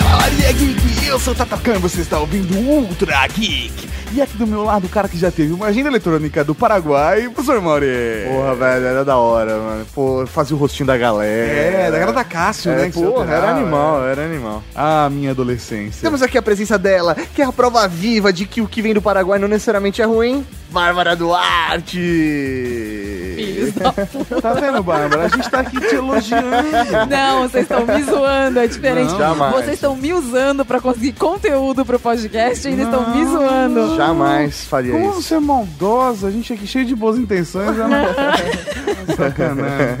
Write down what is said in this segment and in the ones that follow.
Família é Geek, eu sou o Tatacan e você está ouvindo Ultra Geek. E aqui do meu lado o cara que já teve uma agenda eletrônica do Paraguai, o professor Mauri. Porra, velho, era da hora, mano. Pô, fazia o rostinho da galera. É, da galera da Cássio, É, né? que você porra, era alterava, animal, é. era animal. Ah, minha adolescência. Temos aqui a presença dela, que é a prova viva de que o que vem do Paraguai não necessariamente é ruim. Bárbara Duarte! Tá vendo, Bárbara? A gente tá aqui te elogiando. Não, vocês estão me zoando, é diferente. Não, jamais. vocês estão me usando pra conseguir conteúdo pro podcast e ainda estão me zoando. Jamais faria Como isso. você é maldosa, a gente aqui cheio de boas intenções. É uma... Sacanagem.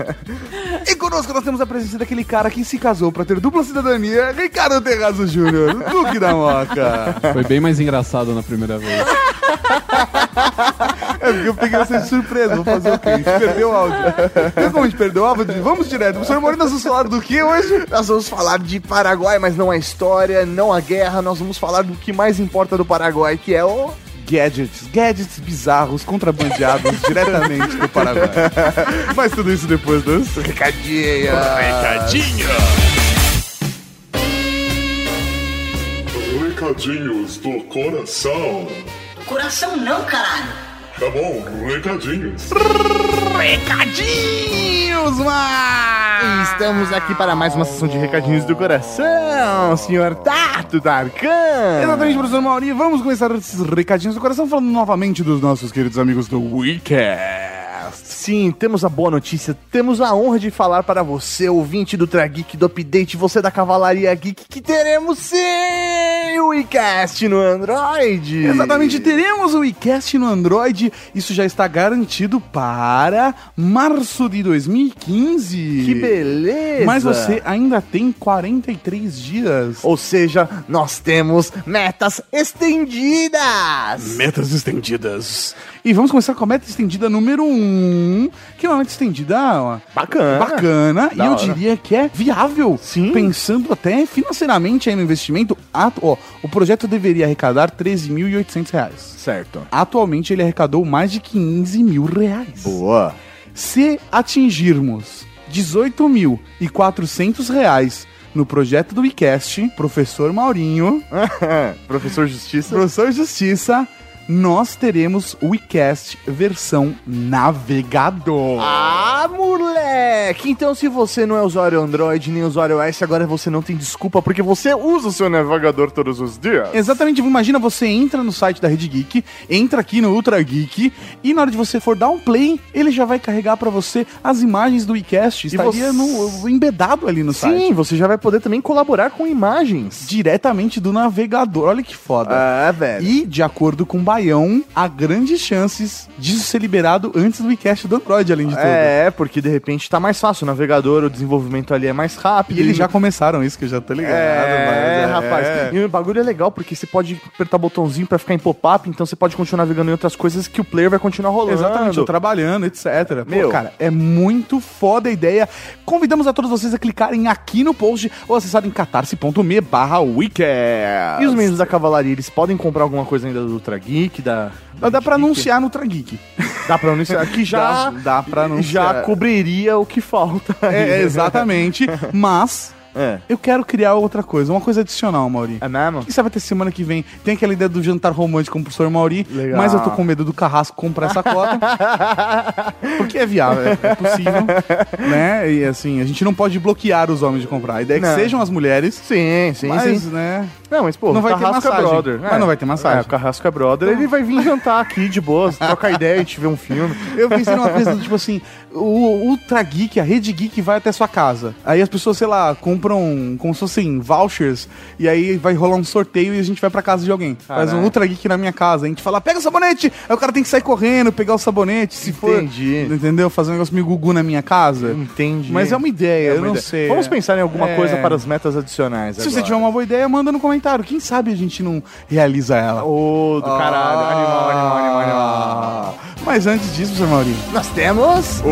E conosco nós temos a presença daquele cara que se casou pra ter dupla cidadania, Ricardo Terrazzo Júnior, Duque da Moca. Foi bem mais engraçado na primeira vez. É porque eu peguei você de surpresa, vou fazer o quê? A gente perdeu o áudio. Viu como a gente perdeu o áudio? Vamos direto. O senhor Moreno, nós vamos falar do que hoje? Nós vamos falar de Paraguai, mas não a história, não a guerra. Nós vamos falar do que mais importa do Paraguai, que é o Gadgets, gadgets bizarros, contrabandeados diretamente do Paraguai. Mas tudo isso depois dos... recadinho. Recadinhos do coração. Coração não, caralho. Tá bom, recadinhos. Recadinhos, E mas... Estamos aqui para mais uma sessão de recadinhos do coração, senhor Tato Tarkan. Exatamente, professor Mauri. Vamos começar esses recadinhos do coração falando novamente dos nossos queridos amigos do Weekend. Sim, temos a boa notícia. Temos a honra de falar para você, ouvinte do Trageek, do Update, você da Cavalaria Geek, que teremos sim o WeCast no Android. Exatamente, teremos o WeCast no Android. Isso já está garantido para março de 2015. Que beleza. Mas você ainda tem 43 dias. Ou seja, nós temos metas estendidas. Metas estendidas. E vamos começar com a meta estendida número 1, um, que é uma meta estendida ó, Bacana. bacana e Ah, Da eu hora. diria que é viável. Sim. Pensando até financeiramente aí no investimento, atu- ó, o projeto deveria arrecadar 13.800 reais. Certo. Atualmente ele arrecadou mais de 15 mil reais. Boa. Se atingirmos 18.400 reais no projeto do WeCast, professor Maurinho, Professor Justiça. professor Justiça, nós teremos o WeCast versão navegador. Ah, moleque! Então, se você não é usuário Android nem usuário iOS, agora você não tem desculpa porque você usa o seu navegador todos os dias. Exatamente, tipo, imagina você entra no site da Rede Geek, entra aqui no Ultra Geek e na hora de você for dar um play, ele já vai carregar pra você as imagens do WeCast, estaria você- no- embedado ali no Sim, site. você já vai poder também colaborar com imagens. Diretamente do navegador, olha que foda. Ah, velho. E, de acordo com o Baião, há grandes chances disso ser liberado antes do WeCast do Android, além de tudo. É, porque de repente tá mais fácil. O navegador, o desenvolvimento ali é mais rápido. E eles já começaram isso, que eu já tô ligado. É, mas rapaz. E o bagulho é legal porque você pode apertar o botãozinho pra ficar em pop-up, então você pode continuar navegando em outras coisas que o player vai continuar rolando. Exatamente, eu trabalhando, etc. Pô, Meu. cara, é muito foda a ideia. Convidamos a todos vocês a clicarem aqui no post ou acessarem catarse.me barra E os weekend. membros da Cavalaria, eles podem comprar alguma coisa ainda do Ultra Geek, da... Dá pra anunciar no Trageek. Dá pra anunciar. Que já, Dá- dá pra anunciar. já cobriria o que falta. aí. É, exatamente. Mas É. eu quero criar outra coisa, uma coisa adicional, Mauri. É mesmo? Isso vai ter semana que vem. Tem aquela ideia do jantar romântico com o professor Mauri, Legal. mas eu tô com medo do carrasco comprar essa cota. porque é viável, é possível. né? E assim, a gente não pode bloquear os homens de comprar. A ideia é que Não. sejam as mulheres. Sim, sim, Mas, sim. né? Não, mas pô, não vai ter Carrasco é massagem. Brother. Mas não vai ter massagem. É, o Carrasco é Brother, ele vai vir jantar aqui de boas, trocar ideia, a gente vê um filme. Eu pensei numa coisa do tipo assim: o Ultra Geek, a rede geek vai até sua casa. Aí as pessoas, sei lá, compram como se fossem vouchers. E aí vai rolar um sorteio e a gente vai pra casa de alguém. Faz um Caralho. Ultra Geek na minha casa. A gente fala: pega o sabonete! Aí o cara tem que sair correndo, pegar o sabonete, se Entendi. for. Entendeu? Fazer um negócio meio gugu na minha casa. Entendi. Mas é uma ideia, eu não sei. Vamos É. pensar em alguma É. coisa para as metas adicionais Se você tiver uma boa ideia, manda no comentário. Quem sabe a gente não realiza ela. Ô, do caralho. Animal, animal, animal, animal. Ah. Mas antes disso, seu Maurinho. Nós temos...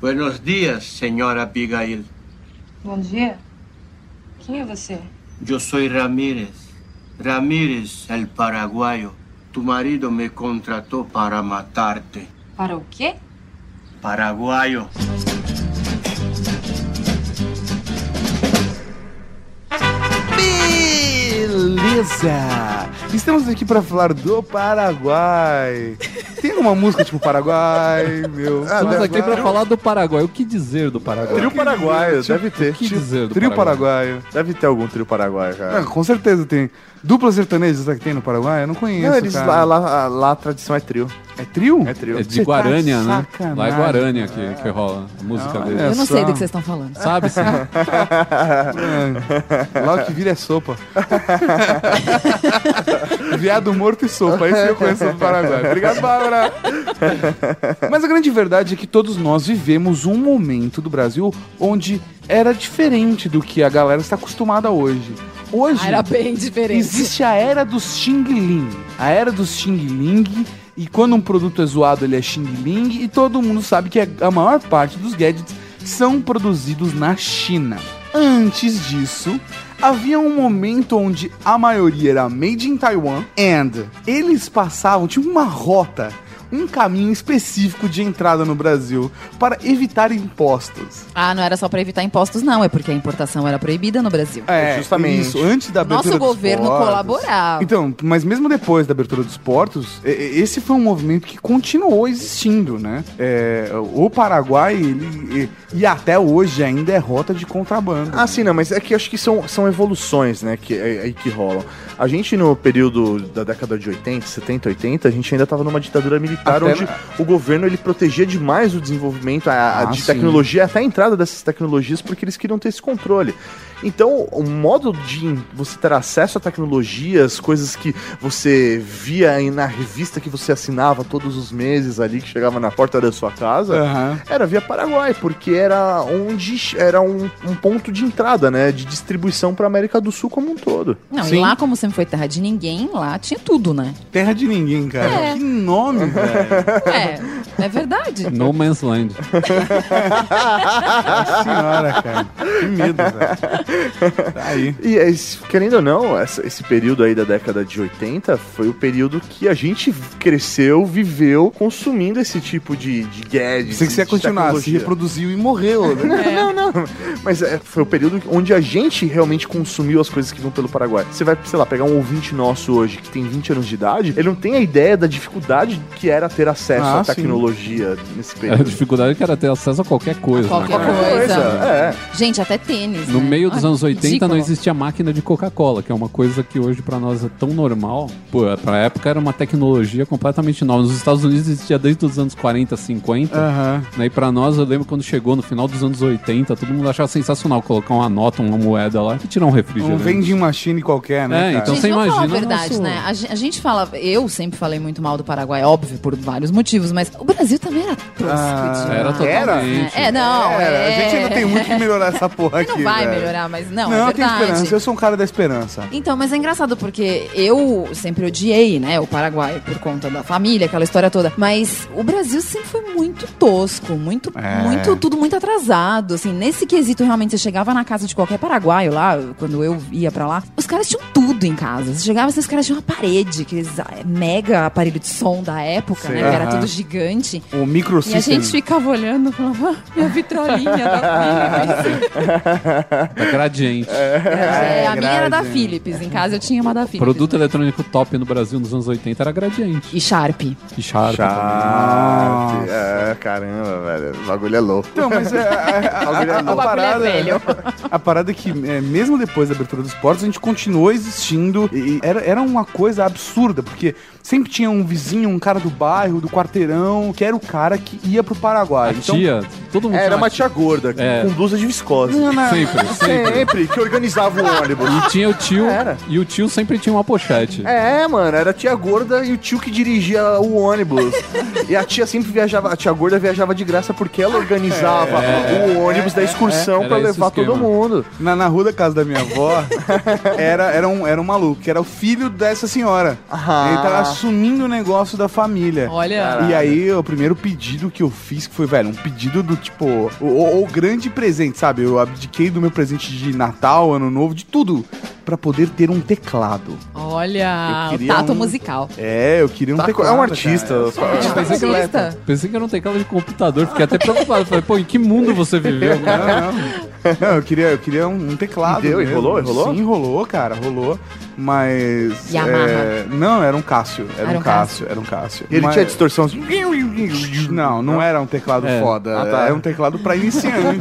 Buenos dias, senhora Abigail. Bom dia. Quem é você? Yo soy Ramírez. Ramírez, el paraguayo. Tu marido me contrató para matarte. Para o quê? Paraguayo. Beleza! Estamos aqui pra falar do Paraguai. Tem alguma música tipo Paraguai, meu? Ah, Estamos deve- aqui pra falar do Paraguai. O que dizer do Paraguai? Trio paraguaio, deve ter. O que dizer do Trio Paraguai? paraguaio. Deve ter algum trio paraguaio, cara. Ah, com certeza tem. Dupla sertaneja será que tem no Paraguai? Eu não conheço, Não, eles, cara. lá, lá- lá a tradição é trio. É trio? É trio. É de Você tá Guarânia, né? sacanagem. Lá é Guarânia que, que rola a música dele. É Eu não só- sei do que vocês estão falando. Sabe sim. Ah, Lá o que vira é sopa. Viado morto e sopa. Isso que eu conheço do Paraguai. Obrigado, Bárbara. Mas a grande verdade é que todos nós vivemos um momento do Brasil onde era diferente do que a galera está acostumada hoje. Hoje Ah, era bem diferente. existe a era dos Xing Ling. A era dos Xing Ling. E quando um produto é zoado, ele é Xing Ling. E todo mundo sabe que é a maior parte dos gadgets são produzidos na China. Antes disso, havia um momento onde a maioria era made in Taiwan. And eles passavam, tipo uma rota, um caminho específico de entrada no Brasil para evitar impostos. Ah, não era só pra evitar impostos, não. É porque a importação era proibitura no Brasil. É, justamente. Isso, antes da abertura Nosso dos governo portos. colaborava. Então, mas mesmo depois da abertura dos portos, e- e- esse foi um movimento que continuou existindo, né? É, o Paraguai, ele, e, e até hoje ainda é rota de contrabando. Ah, sim, não, mas é que eu acho que são, são evoluções, né, que, aí que rolam. A gente, no período da década de 80, 70, 80, a gente ainda tava numa ditadura militar Até onde na- o governo, ele protegia demais o desenvolvimento a, a Ah, de sim. tecnologia, até a entrada dessas tecnologias, porque eles queriam ter esse controle. Então, o modo de você ter acesso a tecnologias, coisas que você via aí na revista que você assinava todos os meses ali, que chegava na porta da sua casa, Aham. era via Paraguai, porque era onde era um, um ponto de entrada, né? De distribuição pra América do Sul como um todo. Não, Sim. e lá, como sempre foi terra de ninguém, lá tinha tudo, né? Terra de ninguém, cara. É. Que nome, velho. É, é verdade. No Man's Land. Nossa senhora, cara. Que medo, velho. Tá aí. E esse- querendo ou não, essa- esse período aí da década de 80 foi o período que a gente cresceu, viveu, consumindo esse tipo de, de gadgets. Pensei que você ia de continuar, se tecnologia. reproduziu e morreu, né? Mas é, foi o período onde a gente realmente consumiu as coisas que vinham pelo Paraguai. Você vai, sei lá, pegar um ouvinte nosso hoje que tem 20 anos de idade, ele não tem a ideia da dificuldade que era ter acesso Ah, à sim. tecnologia nesse Era a período. dificuldade é que era ter acesso a qualquer coisa. né, Qualquer cara? coisa. É, Gente, até tênis. No né? meio dos Olha, anos 80 não ridículo. existia máquina de Coca-Cola, que é uma coisa que hoje pra nós é tão normal. Pô, pra época era uma tecnologia completamente nova. Nos Estados Unidos existia desde os anos 40, 50. Aham. Né? E pra nós, eu lembro quando chegou no final dos anos 80, todo mundo achava sensacional colocar uma nota, uma moeda lá e tirar um Um refrigerante. vending machine qualquer, né? É, cara? então- Gente, você vamos falar a imagina o verdade, nosso- né? A gen- a gente fala, eu sempre falei muito mal do Paraguai, óbvio, por vários motivos, mas o Brasil também era tosco. Ah, demais, era né? totalmente. É, não, Era, é. A gente ainda tem muito que melhorar essa porra aqui. Não vai velho. melhorar, mas não, Não, é eu tenho verdade. esperança. Eu sou um cara da esperança. Então, mas é engraçado porque eu sempre odiei, né, o Paraguai por conta da família, aquela história toda. Mas o Brasil sempre foi muito tosco, muito, É. muito, tudo muito atrasado. Assim, nesse quesito, realmente, você chegava na casa de qualquer paraguaio lá, quando eu ia pra lá, os caras tinham tudo em casa. Você chegava, assim, os caras tinham uma parede, aqueles ah, mega aparelho de som da época, Sim. né, que era Aham. tudo gigante. O E a microsystem. gente ficava olhando, falava, "Ah, minha vitrolinha da Philips. Da Gradiente. É, a minha era da grade. Philips, em casa eu tinha uma da Philips. Produto eletrônico top no Brasil nos anos 80 era Gradiente. E Sharp. E Sharp. Nossa. Sharp. É, caramba, velho. O bagulho é louco. Não, mas é, a, a- a- a O bagulho é parada, velho. a parada é que, é, mesmo depois da abertura dos portos, a gente continuou existindo. E era, era uma coisa absurda, porque sempre tinha um vizinho, um cara do bairro, do quarteirão, que era o cara que ia pro Paraguai. Então, A tia, todo mundo Era tinha uma tia gorda, É. com blusa de viscose. Não, não, Sempre, sempre. Sempre, que organizava o ônibus. E tinha o tio. Era. E o tio sempre tinha uma pochete. É, mano, era a tia gorda e o tio que dirigia o ônibus. e a tia sempre viajava, a tia gorda viajava de graça porque ela organizava o ônibus da excursão é. pra Era esse levar esquema. todo mundo. Na, na rua da casa da minha avó, era, era, um, era um maluco, que era o filho dessa senhora. Ah. Ele tava assumindo o negócio da família. Olha. E aí, o primeiro pedido que eu fiz, que foi, velho, um pedido do tipo, o, o- o grande presente, sabe? Eu abdiquei do meu presente de Natal, Ano Novo, de tudo, pra poder ter um teclado. Olha, Eu o queria tato um- musical. É, eu queria um Tá, teclado. é um cara. artista. Ah, pensei que artista. Pensei que era um teclado de computador, fiquei até preocupado. Falei, pô, em que mundo você viveu? né? Não, não. É, Não, eu queria, eu queria um, um teclado. E deu, e mesmo. rolou, e rolou? Sim, rolou, cara, rolou. Mas. Yamaha. é, não, era um Cássio. Era, um Cássio, era um Cássio. E ele Mas- tinha distorção. Não, não era um teclado É. foda. Ah, tá. Era um teclado pra iniciante.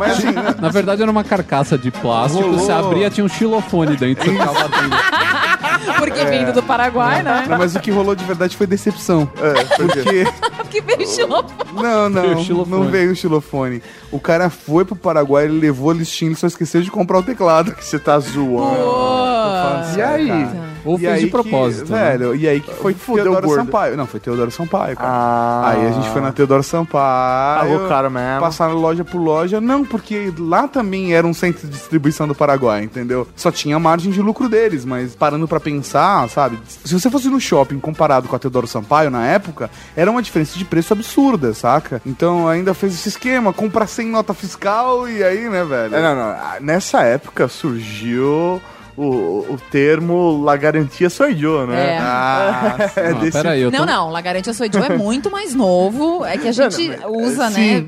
Mas assim, Na verdade, era uma carcaça de plástico. Rolou. Você abria, tinha um xilofone dentro. Ficava batendo. Porque vindo do Paraguai, né? não, mas o que rolou de verdade foi decepção. É, porque- Porque. Porque veio xilofone. Não, não. Veio o xilofone. Não veio o xilofone. O cara foi pro Paraguai, ele levou a listinha, ele só esqueceu de comprar o teclado. que você tá zoando. E aí? Ou E fez aí de que- propósito. né? velho, e aí que foi Fudeu Teodoro gordo. Sampaio. Não, foi Teodoro Sampaio, cara. Ah. Aí a gente foi na Teodoro Sampaio. Pagou caro mesmo. Passaram loja por loja. Não, porque lá também era um centro de distribuição do Paraguai, entendeu? Só tinha a margem de lucro deles, mas parando pra pensar, sabe? Se você fosse no shopping comparado com a Teodoro Sampaio na época, era uma diferença de preço absurda, saca? Então ainda fez esse esquema, comprar sem nota fiscal e aí, né, velho? É, não, não. Ah, Nessa época surgiu o, o termo La Garantia Soy Yo, né? É. Ah, É Não, peraí, eu tô... Não, não, La Garantia Soy Joe é muito mais novo. É que a gente usa, né?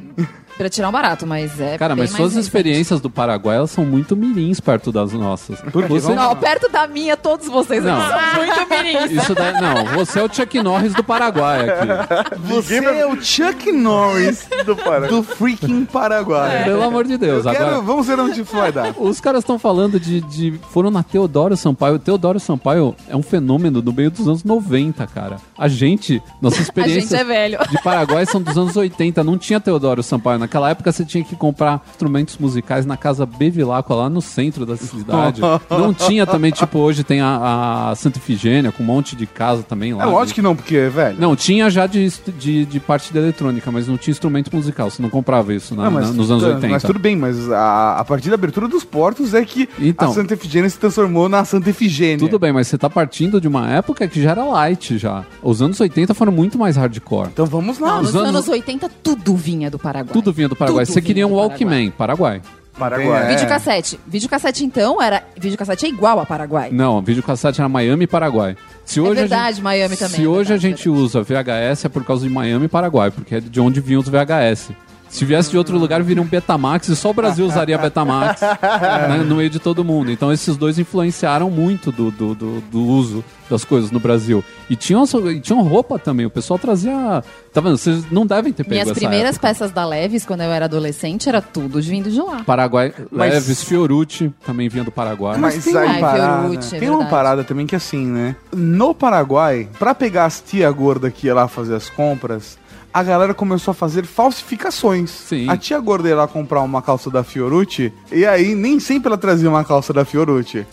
Pra tirar um barato, mas é. Cara, bem mas mais suas recente. experiências do Paraguai, elas são muito mirins perto das nossas. Por você... Não, perto da minha, todos vocês Não. aqui são muito mirins. Isso daí, não, você é o Chuck Norris do Paraguai aqui. Você é o Chuck Norris Do Paraná. do freaking Paraguai. É. Pelo amor de Deus. Eu quero- Agora, vamos ver onde isso vai dar. Os caras estão falando de, de- Foram na Teodoro Sampaio. O Teodoro Sampaio é um fenômeno do meio dos anos 90, cara. A gente, nossa A gente experiência. é velho. De Paraguai são dos anos 80, não tinha Teodoro Sampaio. Naquela época você tinha que comprar instrumentos musicais na casa Bevilacqua, lá no centro da cidade. Não tinha também, tipo, hoje tem a, a Santa Ifigênia, com um monte de casa também lá. É lógico que não, porque, velho. Não, tinha já de, est- de, de parte da eletrônica, mas não tinha instrumento musical. Você não comprava isso na- Não, mas na- nos anos tudo- 80. Mas tudo bem, mas a, a partir da abertura dos portos é que Então. a Santa Efigênia se transformou na Santa Efigênia. Tudo É. bem, mas você tá partindo de uma época que já era light já. Os anos 80 foram muito mais hardcore. Então vamos lá. Não, nos os anos- anos... 80, tudo vinha do Paraguai. Tudo vinha do Paraguai. Tudo você vinha queria um do Walkman, Paraguai. Paraguai. Tem- Videocassete. Videocassete, então, era. Videocassete é igual a Paraguai. Não, videocassete era Miami e Paraguai. Se hoje a É verdade, gente- Miami também, Se é hoje a verdade, gente usa VHS é por causa de Miami e Paraguai, porque é de onde vinham os VHS. Se viesse de outro lugar, viria um Betamax e só o Brasil usaria Betamax né, no meio de todo mundo. Então esses dois influenciaram muito do, do, do- do uso das coisas no Brasil. E tinham, e tinham roupa também, o pessoal trazia... Tá vendo? Vocês não devem ter pego Minhas essa primeiras época. peças da Leves, quando eu era adolescente, era tudo vindo de lá. Paraguai, Mas- Leves, Fiorucci, também vinha do Paraguai. Mas Mas tem, uma aí- parada, Ai, Fiorucci, é tem uma verdade. parada também que é assim, né? No Paraguai, pra pegar as tia gorda que ia lá fazer as compras, a galera começou a fazer falsificações. Sim. A tia gorda ia lá comprar uma calça da Fiorucci, e aí nem sempre ela trazia uma calça da Fiorucci.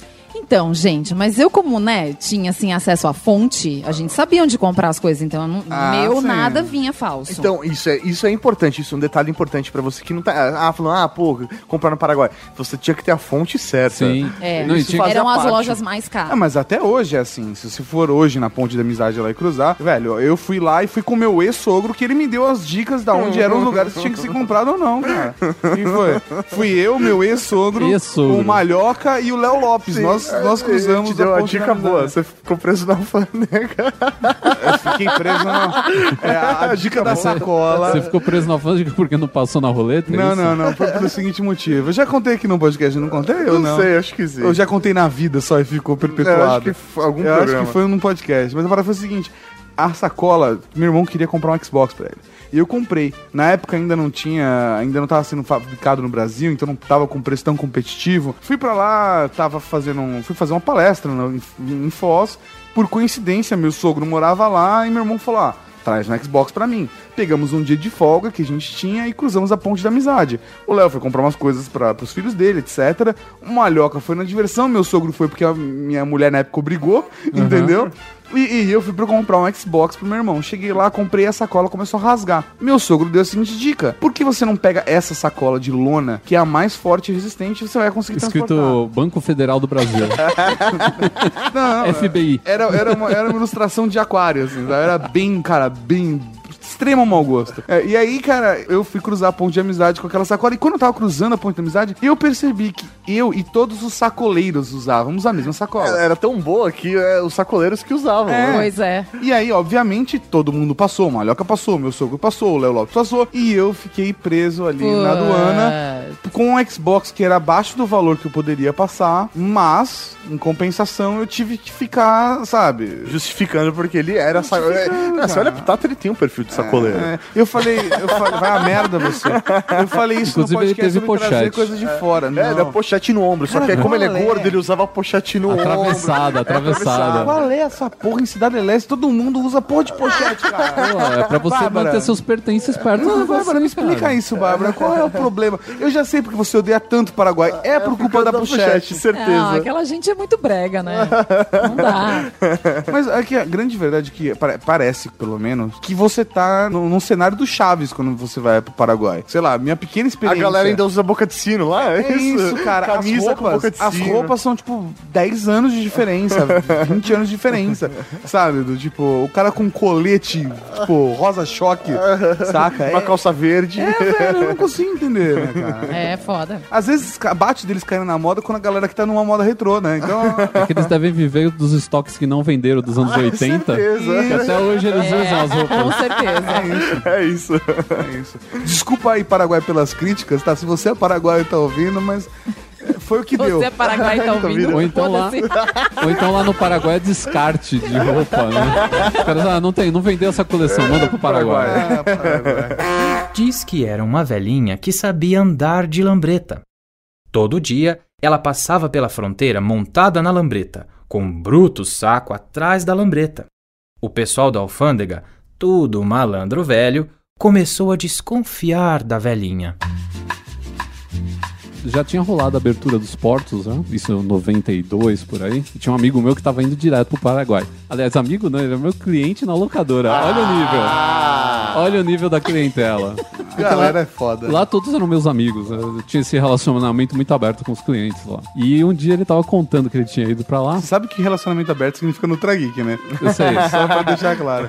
Então, gente, mas eu como, né, tinha, assim, acesso à fonte, a gente sabia onde comprar as coisas, então eu não- Ah, meu sim. nada vinha falso. Então, isso é, isso é importante, isso é um detalhe importante pra você que não tá. Ah, falando, ah, pô, comprar no Paraguai. Você tinha que ter a fonte certa. Sim. é, Não, e tinha- fazia eram as parte. lojas mais caras. Ah, mas até hoje é assim. Se você for hoje na Ponte da Amizade lá e cruzar, velho, eu fui lá e fui com meu ex-sogro que ele me deu as dicas da onde eram os lugares que tinha que ser comprado ou não, cara. E foi. Fui eu, meu ex-sogro, Ex-sogro. o Malhoca e o Léo Lopes. Nós, nós cruzamos é, Te deu a uma Ponte da dica Amizade. boa, você ficou preso na né? alfândega. Eu fiquei preso na... é, a, a dica da sacola. Você ficou preso na alfândega porque não passou na roleta? é Não, isso? não, não. Foi pelo seguinte motivo. Eu já contei aqui no podcast, não contei? Eu Eu não. sei, acho que sim. Eu já contei na vida só e ficou perpetuado. É, Eu acho que foi algum eu programa. acho que foi num podcast. Mas a parada foi o seguinte: a sacola, meu irmão queria comprar um Xbox pra ele. E eu comprei. Na época ainda não tinha. Ainda não tava sendo fabricado no Brasil, então não tava com preço tão competitivo. Fui pra lá, tava fazendo. um- fui fazer uma palestra no- em, em Foz. Por coincidência, meu sogro morava lá e meu irmão falou: ah, traz um Xbox pra mim. pegamos um dia de folga que a gente tinha e cruzamos a ponte da amizade. O Léo foi comprar umas coisas para os filhos dele, etc. O Malhoca foi na diversão, meu sogro foi porque a minha mulher na época obrigou, entendeu? E, e eu fui pra comprar um Xbox pro meu irmão. Cheguei lá, comprei a sacola, começou a rasgar. Meu sogro deu a seguinte dica: por que você não pega essa sacola de lona, que é a mais forte e resistente, e você vai conseguir transportar? Escrito Banco Federal do Brasil. Não, não, FBI. Era, era, uma, era uma ilustração de aquário, assim, sabe? Era bem, cara, bem. Extremo mau gosto. É, e aí, cara, eu fui cruzar a ponte de amizade com aquela sacola. E quando eu tava cruzando a ponte de amizade, eu percebi que eu e todos os sacoleiros usávamos a mesma sacola. Era tão boa que é, os sacoleiros que usavam. né? Pois é. E aí, obviamente, todo mundo passou. O Malhoca passou, meu sogro passou, o Léo Lopes passou. E eu fiquei preso ali na aduana. Com um Xbox que era abaixo do valor que eu poderia passar. Mas, em compensação, eu tive que ficar, sabe? Justificando porque ele era sacoleiro. Não, você olha pro Tato, ele tem um perfil de sacoleiro. É, eu falei, eu falei, vai a merda você. Eu falei isso Inclusive, no podcast ele teve sobre trazer pochete. coisa de fora, É, né? era pochete no ombro. Só que aí, como ele é gordo, ele usava pochete no Atravessada, ombro. É, atravessada. Qual é essa porra em Cidade Leste? Todo mundo usa porra de pochete, cara. Pô, é pra você Bárbara. manter seus pertences perto Não, de você, Bárbara, me explica cara. isso, Bárbara. Qual é o problema? Eu já sei porque você odeia tanto o Paraguai. É, por culpa da, pochete. certeza. Ah, Não, aquela gente é muito brega, né? Não dá. Mas aqui a grande verdade é que pare- parece, pelo menos, que você tá no- num cenário do Chaves quando você vai pro Paraguai. Sei lá, minha pequena A experiência. galera ainda usa boca de sino lá, é, É isso, cara. Camisa as com boca roupas, de as sino. roupas são, tipo, 10 anos de diferença, 20 anos de diferença, sabe? Do tipo, o cara com colete, tipo, rosa-choque, saca? Uma É, calça verde. é, velho, eu não consigo entender, né, cara? É foda. Às vezes ca- bate deles caindo na moda quando a galera que tá numa moda retrô, né? Então. É que eles devem viver dos estoques que não venderam dos Ah, anos 80. é certeza. Que até hoje eles usam as É, com roupas. certeza. É isso. É isso. Desculpa aí, Paraguai, pepelas críticas, tá? Se você é paraguaio e tá ouvindo, mas é, foi o que deu. Você é Paraguai tá ouvindo? Ou então lá- Foda-se. Ou então lá no Paraguai é descarte de roupa, né? Os caras, ah, não tem, não vendeu essa coleção, manda pro Paraguai. É, Paraguai. Diz que era uma velhinha que sabia andar de lambreta. Todo dia, ela passava pela fronteira montada na lambreta, com um bruto saco atrás da lambreta. O pessoal da alfândega, tudo malandro velho, começou a desconfiar da velhinha. Já tinha rolado a abertura dos portos, né? Isso em 92 por aí. E tinha um amigo meu que tava indo direto pro Paraguai. Aliás, amigo não, ele é meu cliente na locadora. Olha o nível. Olha o nível da clientela. Galera é foda. Lá todos eram meus amigos. né? Eu tinha esse relacionamento muito aberto com os clientes lá. E um dia ele tava contando que ele tinha ido pra lá. Você sabe que relacionamento aberto significa Nutra Geek, né? Eu sei, só- Só pra deixar claro.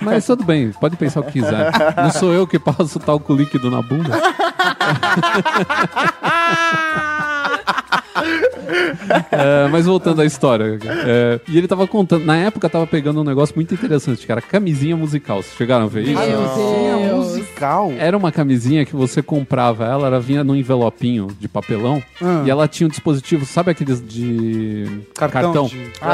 mas tudo bem, pode pensar o que quiser. Não sou eu que passo talco líquido na bunda. É, mas voltando à história. é, e ele tava contando, na época tava pegando um negócio muito interessante, cara. Camisinha musical. Vocês chegaram a ver Ah, isso? Tinha musical. Era uma camisinha que você comprava ela, ela vinha num envelopinho de papelão Ah. e ela tinha um dispositivo, sabe aqueles de de- Ah,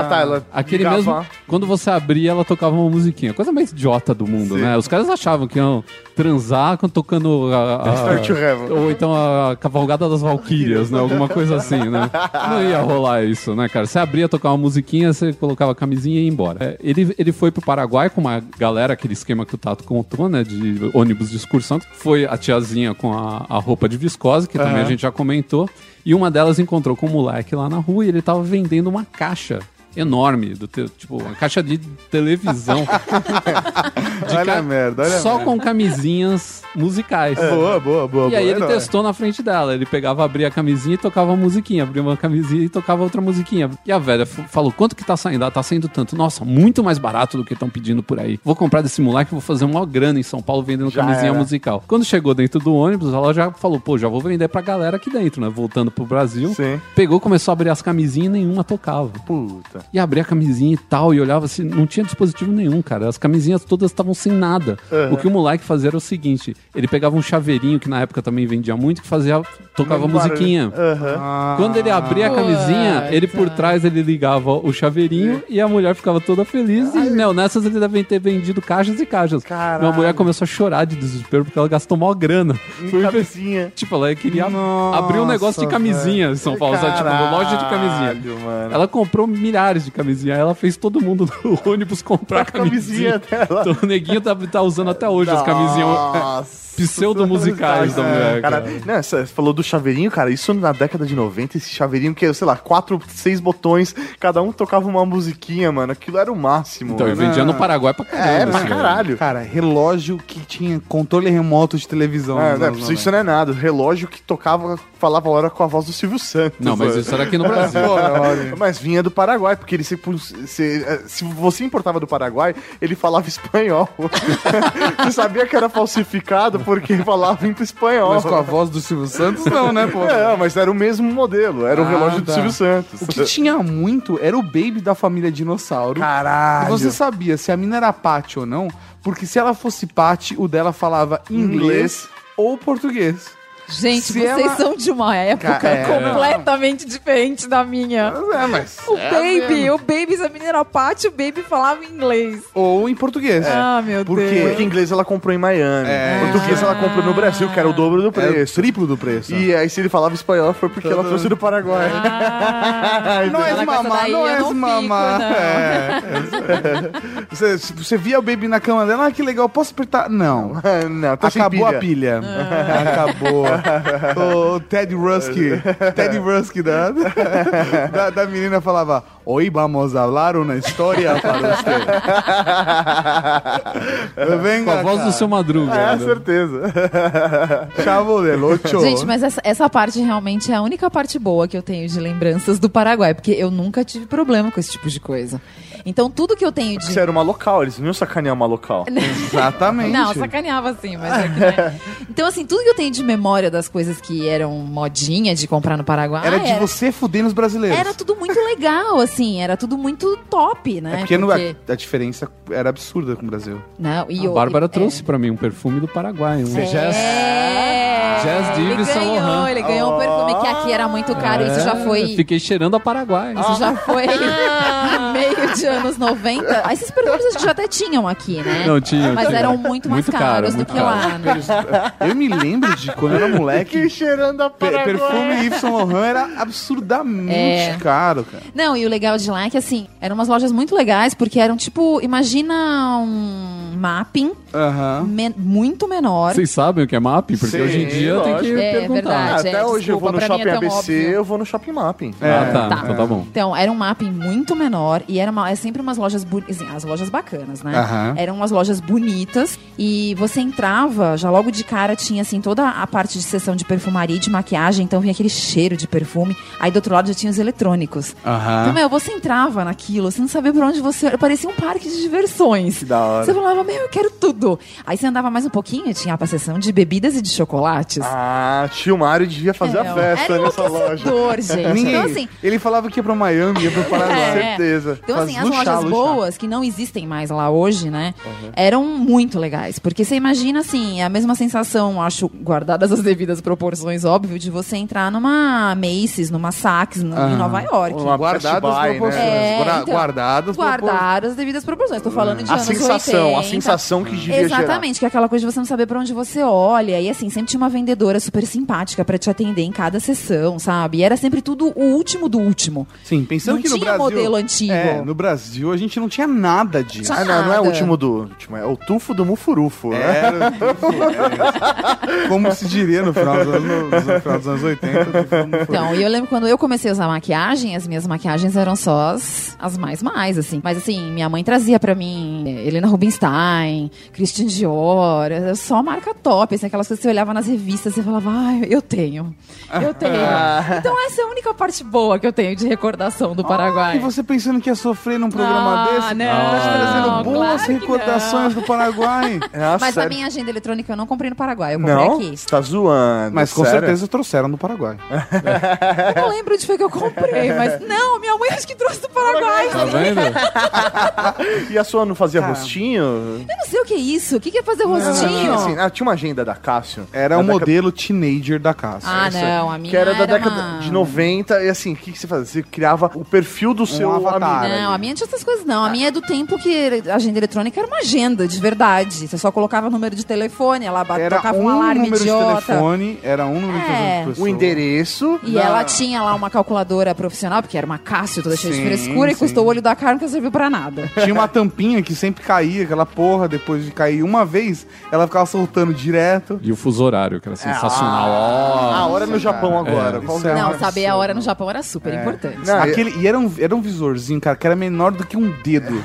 tá. Ela Aquele ligava. mesmo. Quando você abria, ela tocava uma musiquinha. Coisa mais idiota do mundo, Sim. né? Os caras achavam que iam transar quando tocando a. a- Start to Heaven. ou então a Cavalgada das Valquírias, né? Alguma coisa assim, né? Não ia rolar isso, né, cara? Você abria, tocava uma musiquinha, você colocava a camisinha e ia embora. É, ele, ele foi pro Paraguai com uma galera, aquele esquema que o Tato contou, né? De ônibus de excursão. Foi a tiazinha com a, a roupa de viscose, que também a gente já comentou. E uma delas encontrou com um moleque lá na rua e ele tava vendendo uma caixa enorme, do te- tipo, uma caixa de televisão. Olha a merda, olha É, a Só com camisinhas musicais. Boa, boa, boa. E aí ele testou na frente dela. Ele pegava, abria a camisinha e tocava uma musiquinha. Abria uma camisinha e tocava outra musiquinha. E a velha f- falou, quanto que tá saindo? Ah, tá saindo tanto. Nossa, muito mais barato do que estão pedindo por aí. Vou comprar desse moleque e vou fazer uma grana em São Paulo vendendo camisinha era. musical. Quando chegou dentro do ônibus, ela já falou, pô, já vou vender pra galera aqui dentro, né? Voltando pro Brasil. Sim. Pegou, começou a abrir as camisinhas e nenhuma tocava. Puta. E abria a camisinha e tal, e olhava assim, não tinha dispositivo nenhum, cara. As camisinhas todas estavam sem nada. O que o moleque fazia era o seguinte: ele pegava um chaveirinho, que na época também vendia muito, que fazia. tocava Mesmo barulho. Ah. musiquinha. Aham. Ah. Quando ele abria a camisinha, ele por trás ele ligava o chaveirinho e a mulher ficava toda feliz. E, meu, nessas eles devem ter vendido caixas e caixas. Caralho. Minha mulher começou a chorar de desespero porque ela gastou mó grana. Foi Camisinha. Tipo, ela queria Nossa, um abrir um negócio de camisinha em São Paulo, sabe? Tipo, loja de camisinha. Caralho, mano. Ela comprou milhares milhares de camisinha. Aí ela fez todo mundo do ônibus comprar camisinha. camisinha dela. Então o neguinho tá, tá usando até hoje as camisinhas é um Nossa. pseudo-musicais da mulher. Cara, cara. não, você falou do chaveirinho, cara. Isso na década de 90, esse chaveirinho que, sei lá, quatro, seis botões, cada um tocava uma musiquinha, mano. Aquilo era o máximo. Então, e mano. vendia no Paraguai pra caramba. né? É, pra assim, caralho. Cara, relógio que tinha controle remoto de televisão. É, nos né, anos isso, isso não é nada. Relógio que tocava, falava a hora com a voz do Silvio Santos. Não, mas mano. isso era aqui no Brasil. Bora, olha. Mas vinha do Paraguai, porque ele se, pus- se, eh, se você importava do Paraguai, ele falava espanhol. você sabia que era falsificado porque falava em espanhol. Mas com a voz do Silvio Santos, não, né, pô? É, mas era o mesmo modelo, era o Ah, relógio do tá. Silvio Santos. O que tinha muito era o baby da família dinossauro. E Caralho. você sabia se a mina era Paty ou não, porque se ela fosse Paty, o dela falava inglês, Inglês. ou português. Gente, Se vocês ela- são de uma época Ca- é, completamente diferente da minha. Mas é, mas. O Baby, o Baby da Mineropátia, o Baby falava inglês. Ou em português. Ah, meu Por Deus. quê? Porque inglês ela comprou em Miami. Português ela comprou no Brasil, que era É o Tá dobro do Era preço. é triplo do preço. E aí, se ele falava espanhol, foi porque ela trouxe do Paraguai. Ah. Não Ela é gosta mamá, daí, não eu é não fico, mamá. não. É. Você, você via o baby na cama dela, ah, que legal, posso apertar? Não. Não, tá sem Acabou a pilha. Acabou. O Ted Ruskin, Ted Ruskin da, da, da menina falava: Oi, vamos falar uma história para Ah, você. Com a Venga, voz do seu madruga. É, né? certeza. chavo del ocho. Gente, mas essa, essa parte realmente é a única parte boa que eu tenho de lembranças do Paraguai, porque eu nunca tive problema com esse tipo de coisa. Então, tudo que eu tenho de. Você era uma local, eles não iam sacanear uma local. Exatamente. Não, sacaneava assim, mas é que não é. Então, assim, tudo que eu tenho de memória das coisas que eram modinha de comprar no Paraguai. Era de você fuder nos brasileiros. Ah, era tudo muito legal, assim, era tudo muito top, né? É porque, não- Porque- A, a diferença era absurda com o Brasil. Não, e A o- Bárbara e- trouxe pra mim um perfume do Paraguai. Um É. Jazz. É. Jazz Divi ele Saint ganhou, Laurent. ele ganhou um perfume que aqui era muito caro, isso já É, foi. Fiquei cheirando a Paraguai. Ah, Isso já foi meio de anos 90. Ah, Esses perfumes a gente já até tinham aqui, né? é? Não, tinha, Mas tinha. eram muito mais Muito caro, caros do muito que lá, né? Eu me lembro de quando eu era moleque. cheirando a pe- perfume Yves Saint Laurent era absurdamente É. caro, cara. Não, e o legal de lá é que, assim, eram umas lojas muito legais, porque eram, tipo, imagina um mapping Aham. men- muito menor. Vocês sabem o que é MAP? Porque Sim, hoje em dia tem que lógico. É, perguntar. verdade. Ah, Até é, hoje eu vou no desculpa, pra mim shopping é tão ABC, óbvio. eu vou no shopping Mapping. É, Ah, tá. Tá. Então tá bom. Então, era um mapping muito menor e era uma- é sempre umas lojas bonitas, as lojas bacanas, né? Aham. Eram umas lojas bonitas e você entrava, já logo de cara tinha assim toda a parte de sessão de perfumaria e de maquiagem, então vinha aquele cheiro de perfume. Aí do outro lado já tinha os eletrônicos. Ah. Então, Aham. meu, você entrava naquilo, você não sabia por onde você. era, Parecia um parque de diversões. da hora. Você falava, meu, eu quero tudo. Aí você andava mais um pouquinho, tinha a sessão de bebidas e de chocolates. Ah, tio Mário devia fazer Meu, a festa era nessa loja. enlouquecedor, gente. Ninguém- Então, assim, ele falava que ia pra Miami, ia pro Paraguai. É. Certeza. Então, assim, Faz as luxar, lojas luxar. boas, que não existem mais lá hoje, né? Eram muito legais. Porque você imagina, assim, a mesma sensação, acho, guardadas as devidas proporções, óbvio, de você entrar numa Macy's, numa Saks, no- Aham. em Nova York. Uma Guardadas Best Buy, as proporções. né? É, Guarda- então, guardadas proporções. Guardar as devidas proporções. Tô falando de A anos sensação, 80. a sensação que devia Exatamente, que é aquela coisa de você não saber pra onde você olha. E assim, sempre tinha uma vendedora super simpática pra te atender em cada sessão, sabe? E era sempre tudo o último do último. Sim, pensando Não que no tinha Brasil... modelo antigo. É, no Brasil a gente não tinha nada disso. Tinha gerar. Ah, não, não é o nada. último do último, é o tufo do mufurufo, né? Era, como se diria no final dos anos, no final dos anos 80. no final do- Então, e eu lembro quando eu comecei a usar maquiagem, as minhas maquiagens eram só as, as mais mais, assim. Mas assim, minha mãe trazia pra mim eh, Helena Rubinstein, Christian Dior, era só marca top, assim, aquelas coisas que você olhava nas revistas e falava, ai, eu tenho, eu Ah. tenho. Então essa é a única parte boa que eu tenho de recordação do Paraguai. E você pensando que ia sofrer num programa Ah, desse? não, tá te trazendo claro boas que não. recordações do Paraguai. Nossa, Mas a sério. minha agenda eletrônica eu não comprei no Paraguai, eu comprei É tá Não, aqui. você tá zoando. Mas com sério? certeza trouxeram do Paraguai. Eu não lembro onde foi que eu comprei, mas não, minha mãe acho que trouxe do Paraguai. Tá vendo? E a sua não fazia Cara, rostinho? Eu não sei o que é isso. O que que é fazer rostinho? Assim, ah, tinha uma agenda da Cássio. Era Da o década- modelo teenager da casa. ah, isso aí. não. A minha Que era da década uma- de 90, e assim, o que, que você fazia? Você criava o perfil do seu avatar. amigo. Não, a minha não tinha essas coisas, não. A minha é do tempo que a agenda eletrônica era uma agenda, de verdade. Você só colocava número de telefone, ela ba- Era tocava um, um alarme número de idiota. telefone, era um número de telefone É. de O pessoa. endereço. E da- ela tinha lá uma calculadora profissional, porque era uma Cássio toda cheia de Sim, frescura, e sim. custou o olho da cara, nunca serviu pra nada. Tinha uma tampinha que sempre caía, aquela porra, depois de cair uma vez, ela ficava soltando direto. E o fuso horário, Ah, que era sensacional. Ó. a hora no Japão agora. É, Qual isso é? é Ah, Não, absurdo. saber a hora no Japão era super importante. Não, Aquele, e era um, era um visorzinho, cara, que era menor do que um dedo.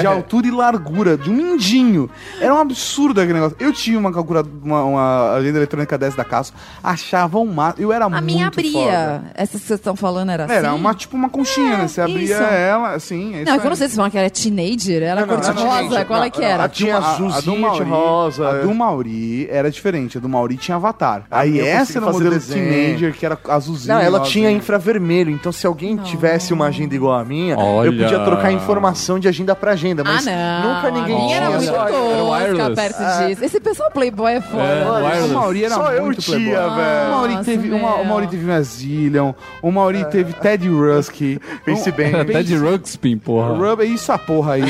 De altura e largura, de um mindinho. Era um absurdo aquele negócio. Eu tinha uma calculadora, uma, uma agenda eletrônica dessa da Casso, achava um mato. Eu era A muito minha abria. foda. Essas que vocês estão falando era assim? Era uma, tipo uma conchinha, né? Você abria isso. ela, assim. É isso Não, é que eu aí. não sei se falam que era teenager, era não, cor não, de não, rosa, teenager, qual é não, que era? não, Tinha azulzinha, a do tinha Mauri- rosa. A do Mauri era diferente. A do Mauri tinha avatar. Ah, Aí eu essa consigo era o fazer modelo desenho. teenager, que era azulzinha. Não, ela rosa. tinha infravermelho, então se alguém tivesse uma agenda igual a minha, Olha. eu podia trocar informação de agenda pra agenda, mas ah, não. nunca ninguém a minha tinha. era muito só- Olha, era um tosca wireless. perto disso. Esse pessoal playboy é foda. É, né? Olha, wireless. o Mauri era Só eu muito tinha, playboy. Ah, velho. É. O Mauri Nossa, teve, uma, o meu. Mauri teve Vasilion, o Mauri teve Ted Rusk. Pense bem. Um- Até de Ruxpin, porra. Rub, é isso a porra aí.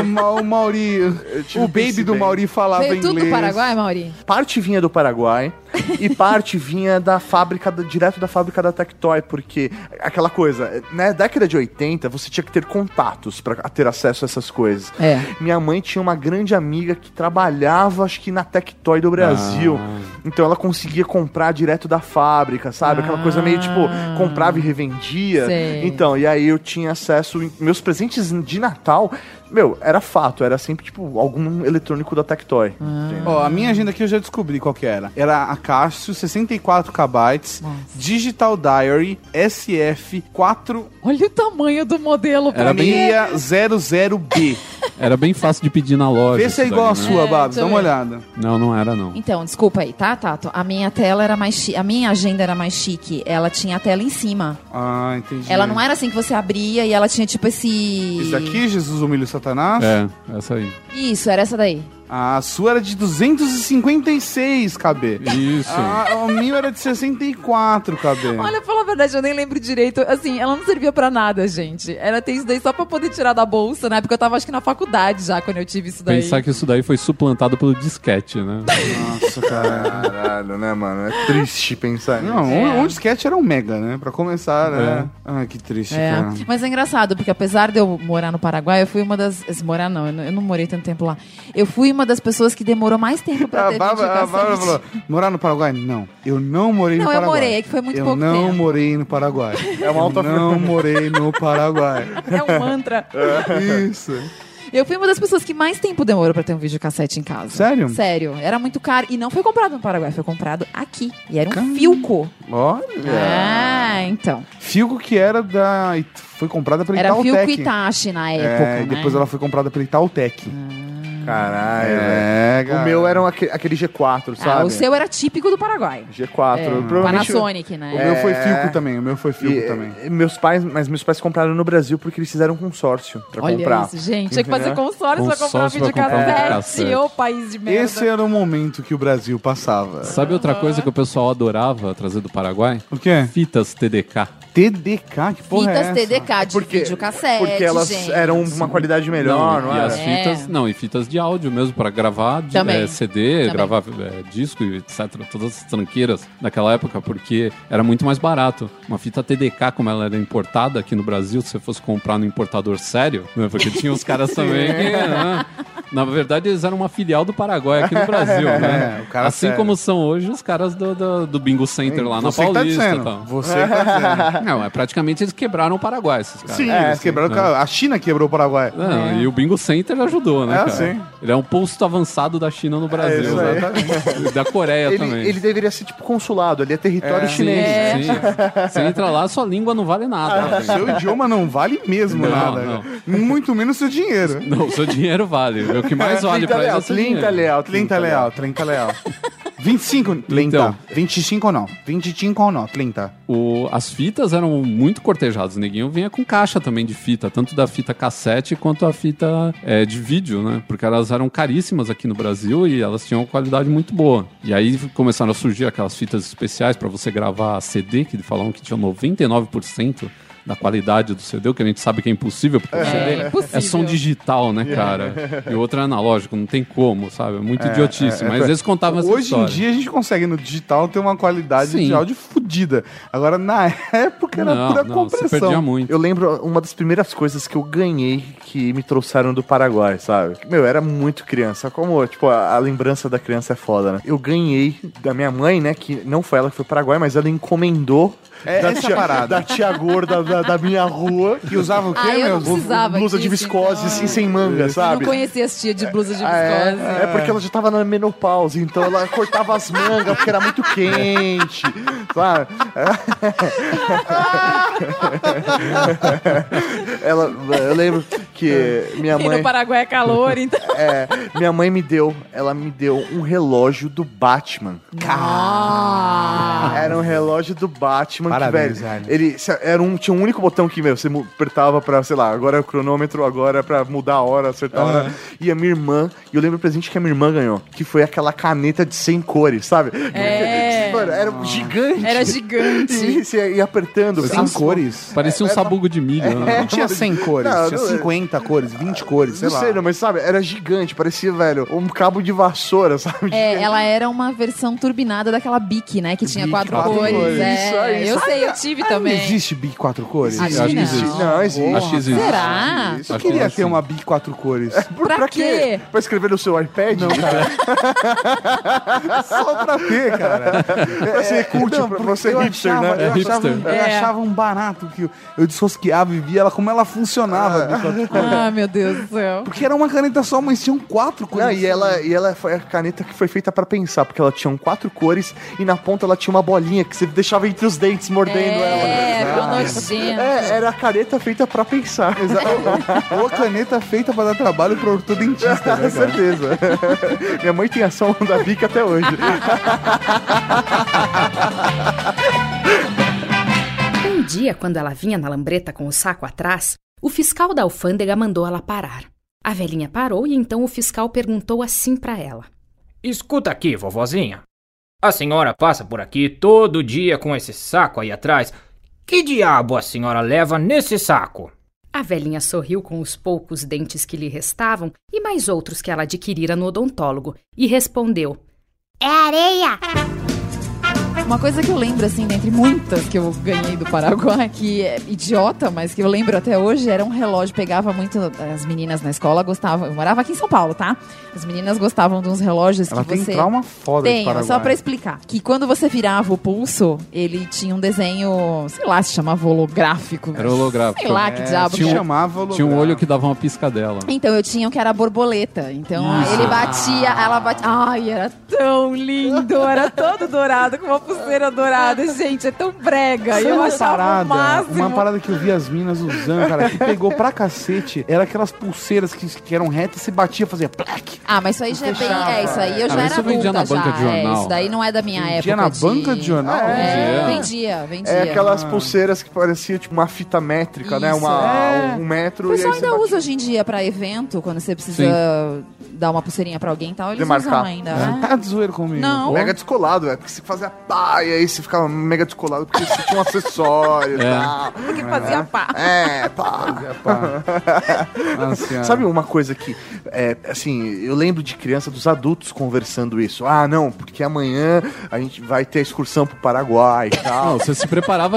o, Ma- o Mauri. tive O baby Pense do Bem. Mauri falava Veio inglês. tudo do Paraguai, Mauri? Parte vinha do Paraguai e parte vinha da fábrica, da- direto da fábrica da Tectoy, porque aquela coisa, né, década de 80, você tinha que ter contatos pra ter acesso a essas coisas. É. Minha mãe tinha uma grande amiga que trabalhava, acho que na Tectoy do Brasil. Então ela conseguia comprar direto da fábrica, sabe? Aquela coisa meio tipo, comprava e revendia. Ah. Sei. Então, e aí eu tinha acesso. Meus presentes de Natal, meu, era fato, era sempre tipo algum eletrônico da Tectoy. Ah. entendeu? Ó, a minha agenda aqui eu já descobri qual que era. Era a Cássio 64KB, Digital Diary SF 4 Olha o tamanho do modelo pra Era mim. bem- 600B. Era bem fácil de pedir na loja. Vê se é isso igual a daí, né? sua, É, Babs. Dá deixa eu uma ver. olhada. Não, não era, não. Então, desculpa aí, tá, Tato? A minha tela era mais chique. A minha agenda era mais chique. Ela tinha a tela em cima. Ah, entendi. Ela não era assim que você abria e ela tinha tipo esse. Isso aqui, Jesus humilha o Satanás. Ah, É, essa aí. Isso, era essa daí. A sua era de 256 KB. Isso. Ah, o meu era de 64 KB. Olha, falar a verdade, eu nem lembro direito. Assim, ela não servia pra nada, gente. Era ter isso daí só pra poder tirar da bolsa, né? Porque eu tava acho que na faculdade já quando eu tive isso daí. Pensar que isso daí foi suplantado pelo disquete, né? Nossa, cara. Caralho, né, mano? É triste pensar nisso. Não, um, É. um disquete era um mega, né? Pra começar, né? Ah, que triste, É, cara. mas é engraçado, porque apesar de eu morar no Paraguai, eu fui uma das. esse- Morar não, eu não, eu não morei tanto tempo lá. Eu fui uma das pessoas que demorou mais tempo pra Ah, A ter Bárbara, a reivindicação Bárbara de- falou, morar no Paraguai? Não, eu não morei no Não, eu Paraguai. morei, é que foi muito eu pouco não tempo. morei no Paraguai. É uma alta Eu não morei no Paraguai. É um mantra. Isso. Eu fui uma das pessoas que mais tempo demorou pra ter um videocassete em casa. Sério? Sério. Era muito caro. E não foi comprado no Paraguai, foi comprado aqui. E era um Filco. Olha. Ah, então. Filco que era da... Foi comprada pela Era Itautec. Filco Itachi na época, É, e né? depois ela foi comprada pela Itautec. Caralho, velho. É, O meu era um aque- aquele G4, Ah, sabe? o seu era típico do Paraguai. G4. É, Provavelmente... Panasonic, Ah, O né? meu É. foi Filco também, o meu foi Filco E- também. e meus pais, mas meus pais compraram no Brasil porque eles fizeram um consórcio pra Olha comprar. isso, gente. Tinha que fazer consórcio pra comprar um Consórcio pra comprar um videocassete. videocassete. é Ô, país de merda. Esse era o momento que o Brasil passava. Sabe outra coisa que o pessoal adorava trazer do Paraguai? O quê? Fitas TDK. TDK? Que porra é Fitas essa? TDK de Porque, videocassete, porque elas é gente. eram uma qualidade melhor, não, e era? as fitas, não, e fitas de áudio mesmo, pra gravar de- É. Também. eh, CD, Também. gravar eh, disco e etc. Todas as tranqueiras daquela época, porque era muito mais barato. Uma fita TDK, como ela era importada aqui no Brasil, se você fosse comprar no importador sério, né, porque tinha os caras também que. né, na verdade, eles eram uma filial do Paraguai aqui no Brasil, né? É, o cara assim sério. como são hoje os caras do, do, do Bingo Center lá na Você que tá Paulista. e dizendo. tal. Você que tá dizendo. Não, é praticamente eles quebraram o Paraguai, esses caras. Sim, eles quebraram. o cara- A China quebrou o Paraguai. Não, E o Bingo Center ajudou, né, É, cara? sim. Ele é um posto avançado da China no Brasil. isso aí. exatamente. da Coreia Ele, também. ele deveria ser tipo consulado, ele é território É. Sim, chinês. sim. Você entra lá, sua língua não vale Ah. Ah, nada. né? Seu idioma não vale mesmo Não, nada. né? não. Muito menos seu dinheiro. Não, seu dinheiro vale. É o que mais olha Trinta pra leal, eles. assim, trinta é. leal, Trinta leal, 30 leal. 25, 30. Então. 25 ou não? 25 ou não? 30. O- as fitas eram muito cortejadas. O neguinho vinha com caixa também de fita, tanto da fita cassete quanto a fita é, de vídeo, né? Porque elas eram caríssimas aqui no Brasil e elas tinham uma qualidade muito boa. E aí começaram a surgir aquelas fitas especiais pra você gravar CD, que falavam que tinha 99% da qualidade do CD, o que a gente sabe que é impossível, porque o CD É, impossível. é som digital, né, cara? E o outro é analógico, não tem como, sabe? É muito idiotice. mas eles contavam essa Hoje em história. dia a gente consegue no digital ter uma qualidade Sim. de áudio fodida. Agora, na época, era não, pura não, você compressão. perdia muito. Eu lembro uma das primeiras coisas que eu ganhei que me trouxeram do Paraguai, sabe? Meu, eu era muito criança. Como, tipo, a, a lembrança da criança é foda, né? Eu ganhei da minha mãe, né? Que não foi ela que foi pro Paraguai, mas ela encomendou. É da essa tia, parada. Da tia gorda da, da minha rua. E usava o quê, Ah, eu meu? não precisava Blusa de disso, viscose, Ah, então. assim, sem manga, Eu sabe? não conhecia as tias de blusa de Ah, viscose. é, é porque ela já tava na menopausa, então ela cortava as mangas porque era muito quente, sabe? ela, eu lembro que minha E mãe, no Paraguai é calor, então. é, minha mãe me deu, ela me deu um relógio do Batman. Ah, Era um relógio do Batman Parabéns, que, velho, Alien. ele se- era um, tinha um único botão que, meu, você mu- apertava pra, sei lá, agora é o cronômetro, agora é pra mudar a hora, acertar a hora. E a minha irmã, e eu lembro o presente que a minha irmã ganhou, que foi aquela caneta de 100 cores, sabe? É. Mano, era gigante. era gigante. E você ia apertando. Sem as- cores. Parecia um sabugo de milho, né? Não tinha 100 cores, É. Não, tinha não é. 50 cores, 20 cores, sei Não lá. sei, não, mas sabe, era gigante, parecia, velho, um cabo de vassoura, sabe? É, ela era uma versão turbinada daquela Bic, né? Que tinha quatro, quatro cores. cores. É, Isso aí, eu isso sei, eu tive Ah, também. Não existe bi quatro cores? Acho acho que que existe. não. Não, existe. Acho que É. existe. Será? Eu Acho que queria não, ter sim. uma bi quatro cores. Tipo, Por- Pra quê? Pra escrever no seu iPad? Não, cara. Só pra ter, cara. É, pra ser cult, Não, pra, porque pra ser eu hipster, achava, Eu, né? É achava, um- hipster. eu É. achava um barato que eu, eu desrosqueava e via ela como ela funcionava. bi quatro cores. Ah, meu Deus do céu. Porque era uma caneta só, mas tinham quatro cores. Não, e ela, e ela foi a caneta que foi feita pra pensar, porque ela tinha quatro cores e na ponta ela tinha uma bolinha que você deixava entre os dentes mordendo É, ela. uma nojenta. É, era a caneta feita pra pensar. Exato. Ou caneta feita pra dar trabalho pro ortodentista, né, cara? Com certeza. Minha mãe tem ação da bica até hoje. Um dia, quando ela vinha na lambreta com o saco atrás, o fiscal da alfândega mandou ela parar. A velhinha parou e então o fiscal perguntou assim pra ela. Escuta aqui, vovozinha. A senhora passa por aqui todo dia com esse saco aí atrás. Que diabo a senhora leva nesse saco? A velhinha sorriu com os poucos dentes que lhe restavam e mais outros que ela adquirira no odontólogo e respondeu: É areia! Uma coisa que eu lembro, assim, dentre muitas que eu ganhei do Paraguai, que é idiota, mas que eu lembro até hoje, era um relógio. Pegava muito. As meninas na escola gostavam. Eu morava aqui em São Paulo, tá? As meninas gostavam de uns relógios Ela que tem você. trauma foda de Tenho, Paraguai. só pra explicar. Que quando você virava o pulso, ele tinha um desenho, sei lá, se chamava holográfico. Era holográfico. Sei lá que diabo. tinha que um- chamava Tinha um holograma. olho que dava uma piscadela. Então, eu tinha um que era borboleta. Então, ele batia, ela batia. Ai, era tão lindo. Era todo dourado, com uma pulseira dourada. Gente, é tão brega. Sabe eu uma achava o parada, máximo. uma parada que eu vi as minas usando, cara, que pegou pra cacete, era aquelas pulseiras que, que eram retas, se batia, fazia plaque. Ah, mas isso aí já é bem... É, isso aí eu Ah, já mas era isso vendia adulta na banca já. de jornal. É, isso daí não é da minha época Vendia na banca de jornal? É, Vendia. vendia, vendia. É aquelas Ah. pulseiras que parecia tipo uma fita métrica, né? Isso. Uma, É. Um O metro. pessoal e aí você ainda bate- usa hoje em dia pra evento, quando você precisa dar uma pulseirinha pra alguém e tal, eles Demarcar. usam ainda. Você né? tá de zoeiro comigo? Não. Mega descolado, é porque você fazia pá, e aí você ficava mega descolado porque você tinha um acessório e É. tal. Porque fazia pá. É, pá. Pá. Nossa senhora. Sabe uma coisa que, é, assim, eu lembro de criança, dos adultos conversando isso. Ah, não, porque amanhã a gente vai ter a excursão pro Paraguai e Não, tal. você se preparava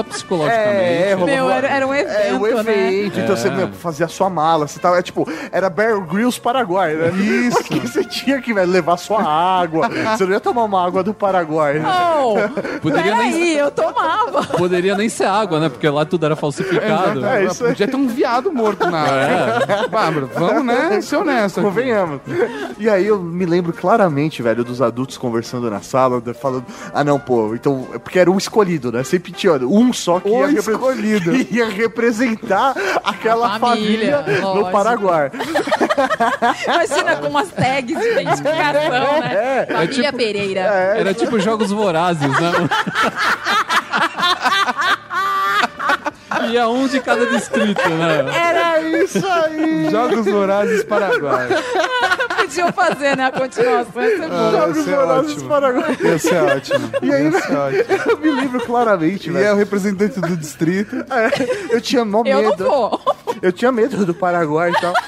É, é, psicologicamente. Meu, era, era um evento, É, o né? evento, então É. você meu, fazia a sua mala, você tava, é, tipo, era Bear Grylls Paraguai, né? Isso. Porque você tinha que velho, levar sua água, você não ia tomar uma água do Paraguai, né? Oh, Poderia nem- peraí, eu tomava. Poderia nem ser água, né? Porque lá tudo era falsificado. É, isso É, aí. Podia ter um viado morto na né? área. Bárbara, vamos, né? Ser honesto. aqui. Convenhamos. E aí eu me lembro claramente, velho, dos adultos conversando na sala, da- falando, ah não, pô, então. é Porque era um escolhido, né? Sempre tinha um só que O ia, repre- escolhido. que ia representar aquela A família, família, no lógico. Paraguai. Imagina com umas tags de identificação, É né? Família tipo- Pereira. Era tipo jogos vorazes, né? Ia um de cada distrito, né? Era É isso aí! Jogos Vorazes Paraguai. Podiam fazer, né? A continuação. Ia ser bom. Ah, Jogos isso é Vorazes ótimo. Paraguai. Ia ser ótimo. E aí- Ia ser ótimo. Eu me lembro claramente, E é velho. É, o representante do distrito. Eu tinha mó Eu não medo. vou. Eu tinha medo do Paraguai e tal.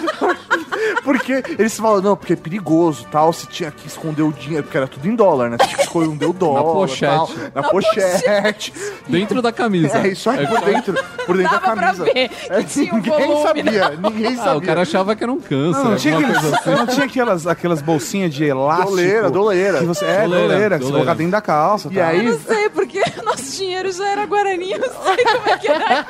Porque eles falam, não, porque é perigoso tal. Você tinha que esconder o dinheiro, porque era tudo em dólar, né? Você tinha que esconder o dólar. pochete. Tal, na, pochete. Dentro da camisa. É isso aí, por dentro. Por dentro Dava da pra camisa. É, ver que tinha um ninguém volume, sabia, ninguém Ah, sabia. o cara achava que era um câncer. Não, não tinha, alguma aqueles, coisa assim. não tinha aquelas, aquelas bolsinhas de elástico. Doleira, doleira. Que você, é, Doleira, doleira, que você doleira. coloca dentro da calça. E tal. aí, Eu não sei, porque nosso dinheiro já era Guarani. Eu sei como é que era.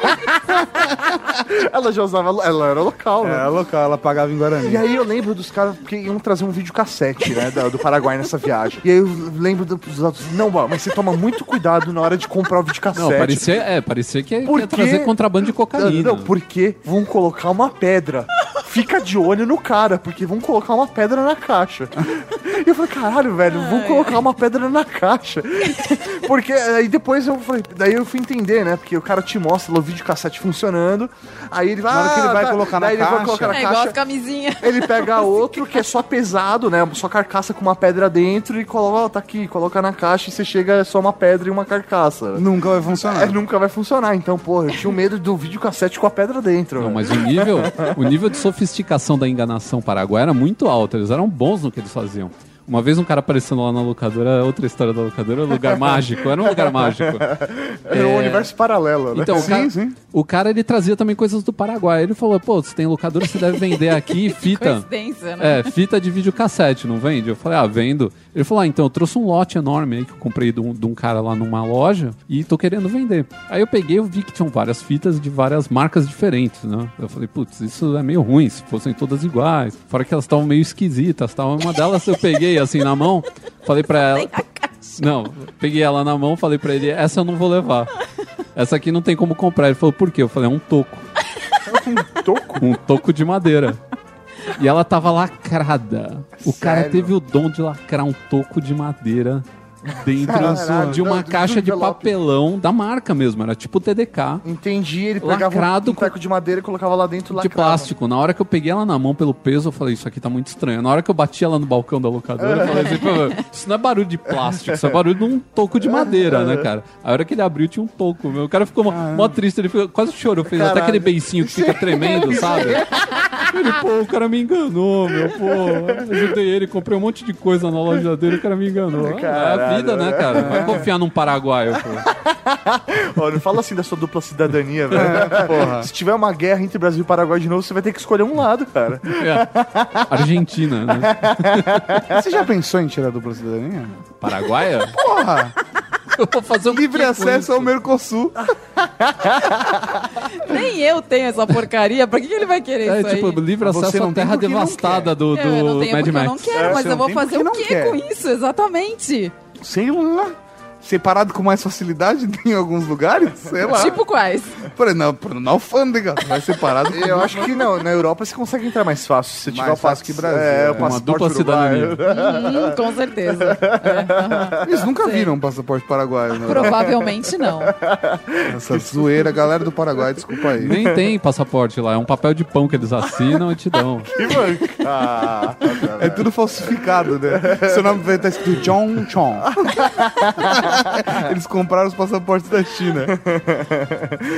ela já usava. Ela era local, né? É, local, ela pagava em Guarani. E aí eu lembro dos caras, porque iam trazer um videocassete, né, da- do Paraguai nessa viagem. E aí eu lembro do- dos outros, não, mano, mas você toma muito cuidado na hora de comprar o videocassete. Não, parecia, é, parecia que, que Por ia quê? trazer contrabando um de cocaína. Não, porque vão colocar uma pedra. Fica de olho no cara, porque vão colocar uma pedra na caixa. E eu falei, caralho, velho, vão colocar uma pedra na caixa. Porque aí depois eu falei, daí eu fui entender, né? Porque o cara te mostra lá o vídeo cassete funcionando. Aí ele vai. "Ah, tá." Na hora que ele vai colocar na daí ele vai caixa. colocar na É igual caixa. as camisinhas. Ele pega outro que é só pesado, né? Só carcaça com uma pedra dentro e coloca, ó, tá aqui, coloca na caixa e você chega é só uma pedra e uma carcaça. Nunca vai É, funcionar. nunca vai funcionar, então, porra, eu tinha o medo do videocassete com a pedra dentro. Não, velho. mas o nível, o nível de sofisticação da enganação paraguaia era muito alto. Eles eram bons no que eles faziam. Uma vez um cara aparecendo lá na locadora, outra história da locadora, lugar mágico, era um lugar mágico. Era um universo paralelo, né? É. Então, o Sim, cara, sim. o cara, ele trazia também coisas do Paraguai. Ele falou: pô, você tem locadora, você deve vender aqui fita. Coincidência, né? É, fita de videocassete, não vende? Eu falei, ah, vendo. Ele falou, ah, então eu trouxe um lote enorme aí que eu comprei de um, de um cara lá numa loja e tô querendo vender. Aí eu peguei eu vi que tinham várias fitas de várias marcas diferentes, né? Eu falei, putz, isso é meio ruim, se fossem todas iguais. Fora que elas estavam meio esquisitas, tal. Uma delas eu peguei assim na mão, falei pra ela. Não, peguei ela na mão, falei pra ele, essa eu não vou levar. Essa aqui não tem como comprar. Ele falou, por quê? Eu falei, é um toco. Um toco? Um toco de madeira. E ela tava lacrada. O cara Sério? teve o dom de lacrar um toco de madeira dentro Caralho, de não, uma do- do caixa de envelope. papelão da marca mesmo. Era tipo TDK. Entendi, ele pegava Lacrado um teco de madeira e colocava lá dentro De lacrado. plástico. Na hora que eu peguei ela na mão pelo peso, eu falei, isso aqui tá muito estranho. Na hora que eu bati ela no balcão da locadora, eu falei assim, "Pô, isso não é barulho de plástico, isso é barulho de um toco de madeira, né, cara? A hora que ele abriu, tinha um toco, meu. O cara ficou mó, mó triste, ele ficou, quase chorou, fez até Caralho. aquele beicinho que fica tremendo, sabe? Ele, pô, o cara me enganou, meu, pô. Ajudei ele, comprei um monte de coisa na loja dele, o cara me enganou. Ah, é a Caralho, vida, né, cara? Vai confiar num paraguaio, pô. Ó, não fala assim da sua dupla cidadania, velho. porra. Se tiver uma guerra entre Brasil e Paraguai de novo, você vai ter que escolher um lado, cara. É. Argentina, né? Você já pensou em tirar a dupla cidadania? Paraguaia? Porra! Eu vou fazer um Livre acesso ao Mercosul. Nem eu tenho essa porcaria. Pra que, que ele vai querer É, isso aí? É, tipo, livre Mas você acesso à não tem terra porque não devastada do, do eu não tenho Mad porque Max. eu não quero, É, mas você eu não vou tem fazer porque o não quê quer. com isso? Exatamente. Sei lá. Separado com mais facilidade em alguns lugares? Sei lá. Tipo quais? Por exemplo, na, na alfândega. Vai separado com Eu acho que não, na Europa você consegue entrar mais fácil. Se tiver Mais o passo fácil que Brasil, É, né? o Uma Uma passaporte dupla uruguaio. cidadania. Hum, com certeza. Eles nunca viram um passaporte paraguaio, né? Provavelmente não. Essa zoeira, galera do Paraguai, desculpa aí. Nem tem passaporte lá, é um papel de pão que eles assinam e te dão. Que bancada, É tá. tudo falsificado, né? Seu nome vai estar escrito é John Chong. Eles compraram os passaportes da China.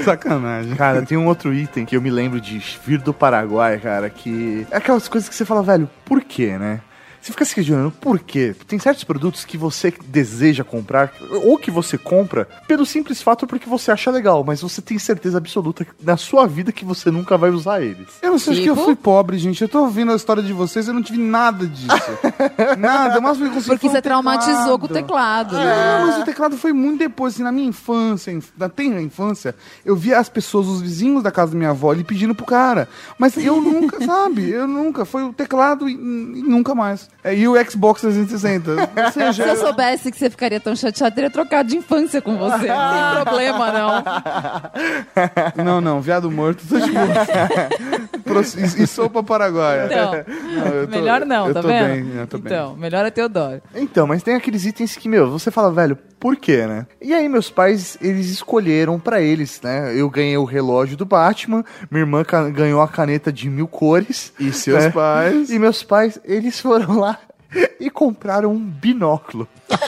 Sacanagem. Cara, tem um outro item que eu me lembro de vir do Paraguai, cara, que. É aquelas coisas que você fala, velho, por quê, né? Você fica se questionando por quê? Tem certos produtos que você deseja comprar, ou que você compra, pelo simples fato porque você acha legal, mas você tem certeza absoluta na sua vida que você nunca vai usar eles. Eu não sei se Tipo? eu fui pobre, gente. Eu tô ouvindo a história de vocês, eu não tive nada disso. Nada, mas eu consegui Porque foi um É. você traumatizou com o teclado. né? Não, mas o teclado foi muito depois, assim, na minha infância, inf- na tenra infância, eu via as pessoas, os vizinhos da casa da minha avó, ali pedindo pro cara. Mas eu nunca, sabe? Eu nunca. Foi o teclado e, e nunca mais. É, E o Xbox 360. Ou Se É. seja, eu soubesse que você ficaria tão chateado, eu teria trocado de infância com você. Não tem problema, não. Não, não, viado morto, tô de boa. Proce- E, e sopa paraguaia. Então, Não, eu tô- melhor não, eu tá tô vendo? bem, eu tô bem. então, melhor é Teodoro. Então, mas tem aqueles itens que, meu, você fala, velho, por quê, né? E aí, meus pais, eles escolheram pra eles, né? Eu ganhei o relógio do Batman, minha irmã ca- ganhou a caneta de mil cores. E seus né? pais? E meus pais, eles foram lá e compraram um binóculo.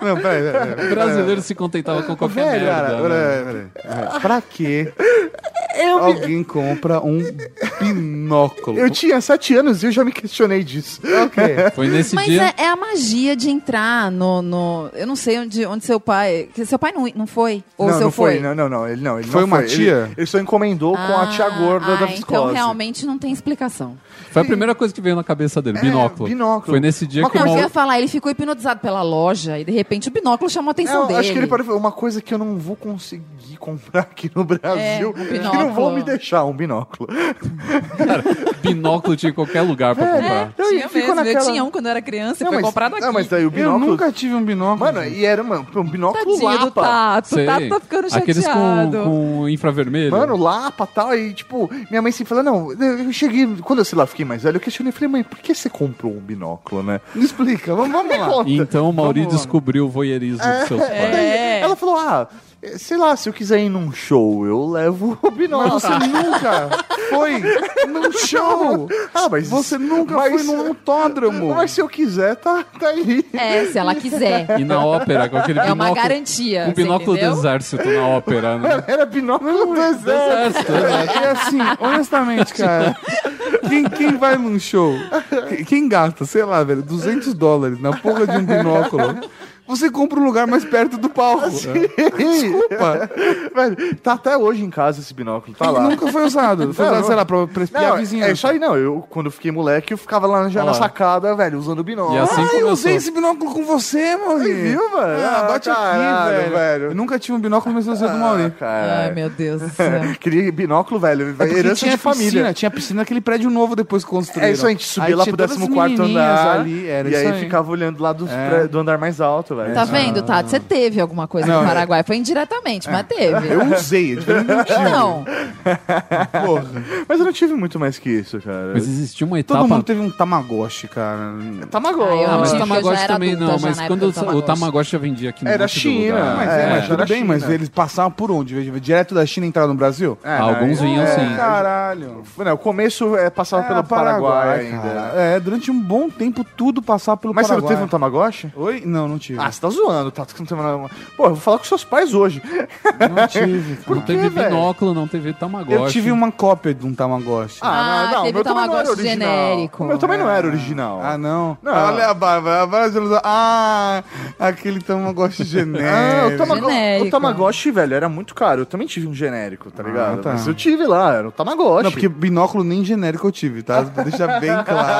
Não, peraí, peraí, peraí. O brasileiro se contentava com qualquer Velho, merda. cara, é. né? peraí, peraí. Pra quê? Alguém compra um binóculo. Eu tinha sete anos e eu já me questionei disso. Ok. Foi nesse Mas dia. é, é a magia de entrar no. no- eu não sei onde, onde seu pai. que Seu pai não, não foi? Ou não, seu não foi? Não, não, não, ele não. Ele Foi não uma Ele- tia? Ele, só encomendou com a tia gorda ah, da Então viscose. realmente não tem explicação. Foi a primeira coisa que veio na cabeça É, dele, binóculo. binóculo. Foi nesse dia Uma que Não, eu uma... ia falar, ele ficou hipnotizado pela loja e de repente o binóculo chamou a atenção É, eu dele. acho que ele parou e falou, uma coisa que eu não vou conseguir comprar aqui no Brasil, É, um que não binóculo. vão me deixar um binóculo. binóculo tinha em qualquer lugar pra comprar. Então, É, Tinha ele ficou mesmo, eu naquela- tinha um quando eu era criança e Não, foi mas- comprado aqui. Não, mas daí o Eu binóculo... nunca tive um binóculo. Mano, e era mano, um binóculo Tadinho do lapa. Tato, Sei. o Tato tá ficando Aqueles com, chateado. com infravermelho. Mano, lapa e tal, e tipo, minha mãe sempre falou, não, eu cheguei, quando eu sei lá, fiquei mais velho, eu questionei, falei, mãe, por que você comprou um binóculo, né? Me explica, vamos, vamos lá. então o Mauri Vamos lá. descobriu o voyeurismo do seu pai. É. Ela falou, ah, sei lá, se eu quiser ir num show, eu levo o binóculo. Você nunca foi num show. Ah, mas Você nunca mas- foi num autódromo. Mas se eu quiser, tá, tá aí. É, se ela quiser. E na ópera, com aquele É binóculo. uma garantia. um binóculo do você entendeu? exército na ópera, né? Era binóculo do exército. Exército, exército. É assim, honestamente, cara. Quem, quem vai num show? que- Quem gasta, sei lá, velho, 200 dólares na porra de um binóculo? Você compra um lugar mais perto do palco. É. Desculpa. Velho, tá até hoje em casa esse binóculo, tá E lá. Nunca foi usado. Foi Não, usado, não. sei lá, pra, pra espiar Não, a vizinha. é isso aí não. Eu, quando eu fiquei moleque, eu ficava lá já Olha na lá. sacada, velho, usando o binóculo. E assim Ah, eu usei começou. esse binóculo com você, Mauri. viu, mano? Ah, bate caralho, Ah, aqui, velho. Eu nunca tive um binóculo, mas eu usei do Mauri. Caralho. Ai, meu Deus do céu. Queria binóculo, velho. É porque herança de Piscina, família. tinha piscina naquele prédio novo depois que construíram. É isso, a gente subia lá tinha pro todas as 14 menininhas andar. Ali, era e isso aí, aí. ficava olhando lá dos É. pré- do andar mais alto, velho. Tá vendo, Tato? Você teve alguma coisa Não, no Paraguai. Foi indiretamente, mas teve. Eu usei, é diferente do que eu Não. tive, porra. Mas eu não tive muito mais que isso, cara. Mas existia uma Todo etapa. mundo teve um Tamagotchi, cara. Ah, eu Tamagotchi. Ah, mas Tive, eu Tamagotchi já era também adulta não, já mas na quando tá época do o Tamagotchi. Tamagotchi já vendia aqui no Era China, Mas, É, é, mas era tudo bem, China. mas eles passavam por onde? Veio Direto da China e entraram no Brasil? Ah, É, Alguns né? vinham É, sim. Caralho. Não, o começo é, passava É, pelo Paraguai, ainda. cara. É, durante um bom tempo tudo passava pelo Mas você não Paraguai. teve um Tamagotchi? Oi? Não, não tive. Ah, você tá zoando, Tato, que não teve nada. Pô, eu vou falar com seus pais hoje. não tive. cara. Não teve velho? binóculo, não teve tá Tamagotchi. Eu tive uma cópia de um Tamagotchi. Ah, teve meu também não era Tamagotchi original. generico. O meu também não era original. Ah, não. Não. Olha a Bárbara. A Bárbara já usou. Ah, aquele Tamagotchi Ah, genérico. o, Tamago- Genérico. o Tamagotchi, velho, era muito caro. Eu também tive um genérico, tá ligado? tá. Mas eu tive lá, era o Tamagotchi. Não, porque binóculo nem genérico eu tive, tá? Pra deixar bem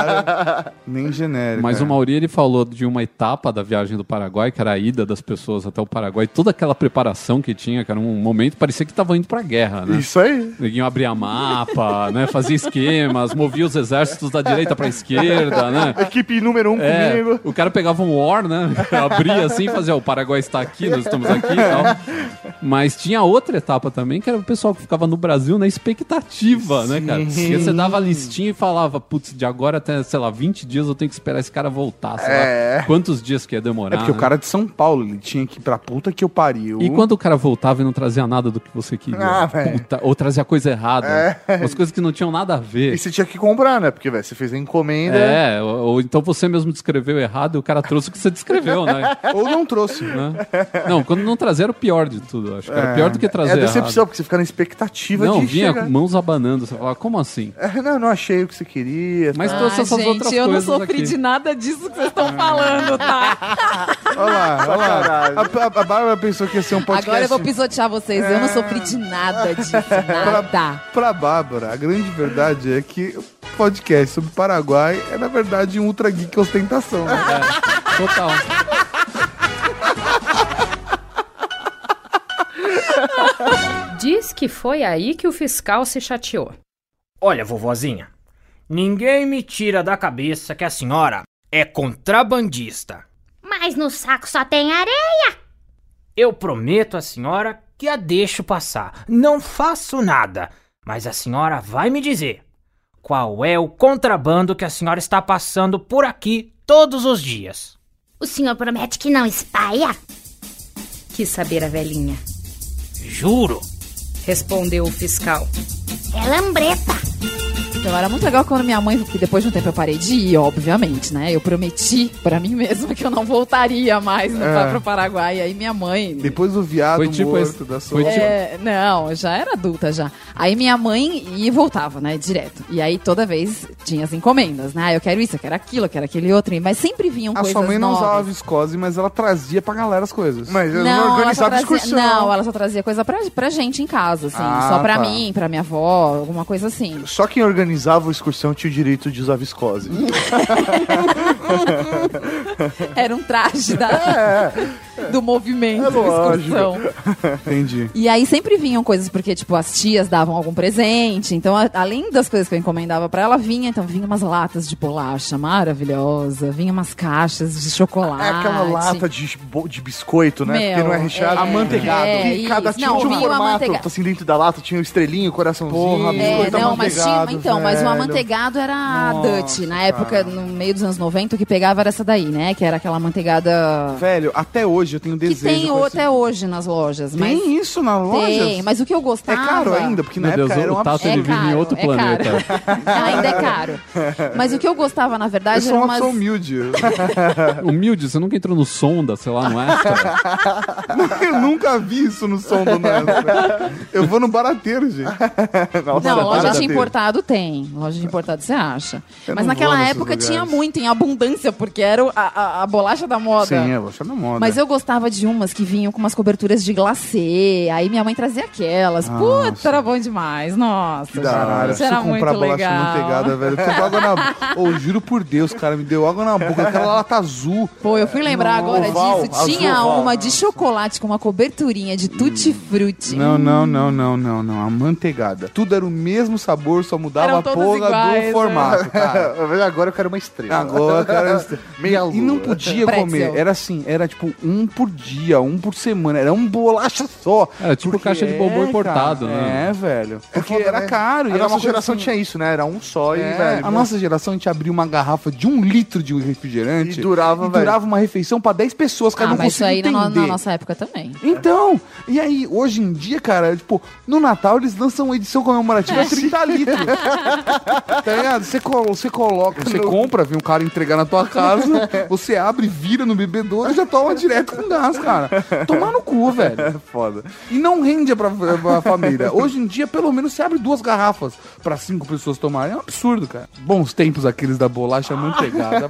claro. Nem genérico. Mas é. o Mauri ele falou de uma etapa da viagem do Paraguai, que era a ida das pessoas até o Paraguai, toda aquela preparação que tinha, que era um momento, parecia que estava indo pra guerra, né? Isso aí. O Neguinho abria mapa, né? Fazia esquemas, movia os exércitos da direita pra esquerda, né? Equipe número um É, comigo. o cara pegava um war, né? Abria assim, fazia, "Ó, o Paraguai está aqui, nós estamos aqui e tal. Mas tinha outra etapa também, que era o pessoal que ficava no Brasil na expectativa, né, cara? Porque você dava a listinha e falava, putz, de agora até, sei lá, 20 dias eu tenho que esperar esse cara voltar, sei É. lá, quantos dias que ia demorar. É porque o né? cara de São Paulo, ele tinha que ir pra puta que eu pariu. E quando o cara voltava e não trazia nada do que você queria? Ah, velho. Puta, ou trazia coisa errada. É. Umas coisas que não tinham nada a ver. E você tinha que comprar, né? Porque, velho, você fez a encomenda. É, ou, ou então você mesmo descreveu errado e o cara trouxe o que você descreveu, né? Ou não trouxe. Né? Não, quando não trazer era o pior de tudo, acho que era pior do que É trazer decepção, porque você fica na expectativa errado. Não, de vinha chegar. com mãos abanando, você falava, como assim? É, Não, não achei o que você queria. Mas tá. trouxe Ah, essas outras gente, eu não coisas sofri aqui. de nada disso que vocês estão falando, tá? Olha lá, olha lá. A, a, a Bárbara pensou que ia ser um podcast. Agora eu vou pisotear vocês. Eu não sofri de nada disso. Nada. Pra Bárbara, a grande verdade é que o podcast sobre Paraguai é, na verdade, um ultra geek ostentação. né? Ah. Total. Diz que foi aí que o fiscal se chateou. Olha, vovozinha, ninguém me tira da cabeça que a senhora é contrabandista. Mas no saco só tem areia. Eu prometo à senhora que a deixo passar. Não faço nada. Mas a senhora vai me dizer qual é o contrabando que a senhora está passando por aqui todos os dias. O senhor promete que não espalha? Quis saber a velhinha. Juro. Respondeu o fiscal. É lambreta. Então era muito legal quando minha mãe, porque depois de um tempo eu parei de ir, obviamente, né? Eu prometi pra mim mesma que eu não voltaria mais no, É. pro Paraguai. Aí minha mãe. Depois do viado Foi tipo morto esse- da sua... foi tipo- É, não, eu já era adulta já. Aí minha mãe ia e voltava, né, direto. E aí toda vez tinha as encomendas, né? Ah, eu quero isso, eu quero aquilo, eu quero aquele outro. Mas sempre vinham A coisas sua mãe não novas. usava viscose, mas ela trazia pra galera as coisas. Mas ela só trazia, não, ela só trazia coisa pra, pra gente em casa, assim. Ah, só pra tá. mim, pra minha avó, alguma coisa assim. Só quem organizava a excursão tinha o direito de usar viscose. Era um traje da- É, do movimento, da excursão. Entendi. E aí sempre vinham coisas, porque, tipo, as tias davam algum presente. Então, a- além das coisas que eu encomendava pra ela, vinha. Então, vinha umas latas de bolacha maravilhosa, vinha umas caixas de chocolate. É aquela lata de, bo- de biscoito, né? Porque Meu, não é recheado. é, Amanteigado. é, e cada isso. tinha Não, um vinha o formato. amanteigado. Assim, dentro da lata tinha o estrelinho, o coraçãozinho. Porra, É, não, mas tinha, amanteigado, então, mas o velho. amanteigado era a Nossa, Dutch. Na época, no meio dos anos 90, o que pegava era essa daí, né? Que era aquela manteigada Velho, até hoje eu tenho que desejo... tem com o- esse- até hoje nas lojas. mas Tem isso na loja? Tem, mas o que eu É gostava... caro ainda, porque na Meu Deus, época era o um Tato ele absurdo. vive em outro é planeta. Ainda é caro. Mas o que eu gostava, na Eu verdade, sou eram uma umas... pessoa humilde. É. Humilde, você nunca entrou no Sonda, sei lá, no Astra? eu nunca vi isso no som do Nasa. Eu vou no barateiro, gente. não, loja de importado tem. Loja de importado você acha. Eu Mas não naquela vou nesses época tinha lugares. muito, em abundância, porque era o- a, a- a bolacha da moda. Sim, é, loja da moda. Mas eu gostava de umas que vinham com umas coberturas de glacê. Aí minha mãe trazia aquelas. Puta, era bom demais. Nossa, Ah, Que da hora. gente, isso era Preciso muito comprar bolacha legal. manteigada, velho. Eu preciso de água na boca. Ô, juro por Deus, cara, me deu água na boca. Aquela lata azul. Pô, eu fui lembrar agora Oval, disso. azul Tinha oval. uma de chocolate com uma coberturinha de tutti-frutti. Não, não, não, não, não, não. A manteigada. Tudo era o mesmo sabor, só mudava Eram a todas porra iguais, né? do formato, cara. Agora eu quero uma estrela. Agora eu quero uma estrela. Meia E não podia Uhum. Pretzel. comer. Era assim, era tipo um por dia, um por semana. Era um bolacha só. Era tipo Porque caixa de bombom é, importado, cara, né? É, velho. Porque foda, era né? caro. A e era nossa uma coisa geração assim- tinha isso, né? Era um só É, e, velho. a nossa geração, a gente abria uma garrafa de um litro de um refrigerante. E durava, durava uma refeição pra 10 pessoas, cara. Ah, não mas isso consigo aí na, no- na entender. nossa época também. Então, e aí, hoje em dia, cara, tipo, no Natal eles lançam uma edição comemorativa É. de 30 litros. tá ligado? Você, col- você coloca, você compra, vem um cara entregar na tua casa, você abre, vira no bebedouro e já toma direto com gás, cara. Tomar no cu, velho. É foda. E não rende pra, pra família. Hoje em dia, pelo menos, você abre duas garrafas pra cinco pessoas tomarem. É um absurdo, cara. Bons tempos aqueles da bolacha manteigada.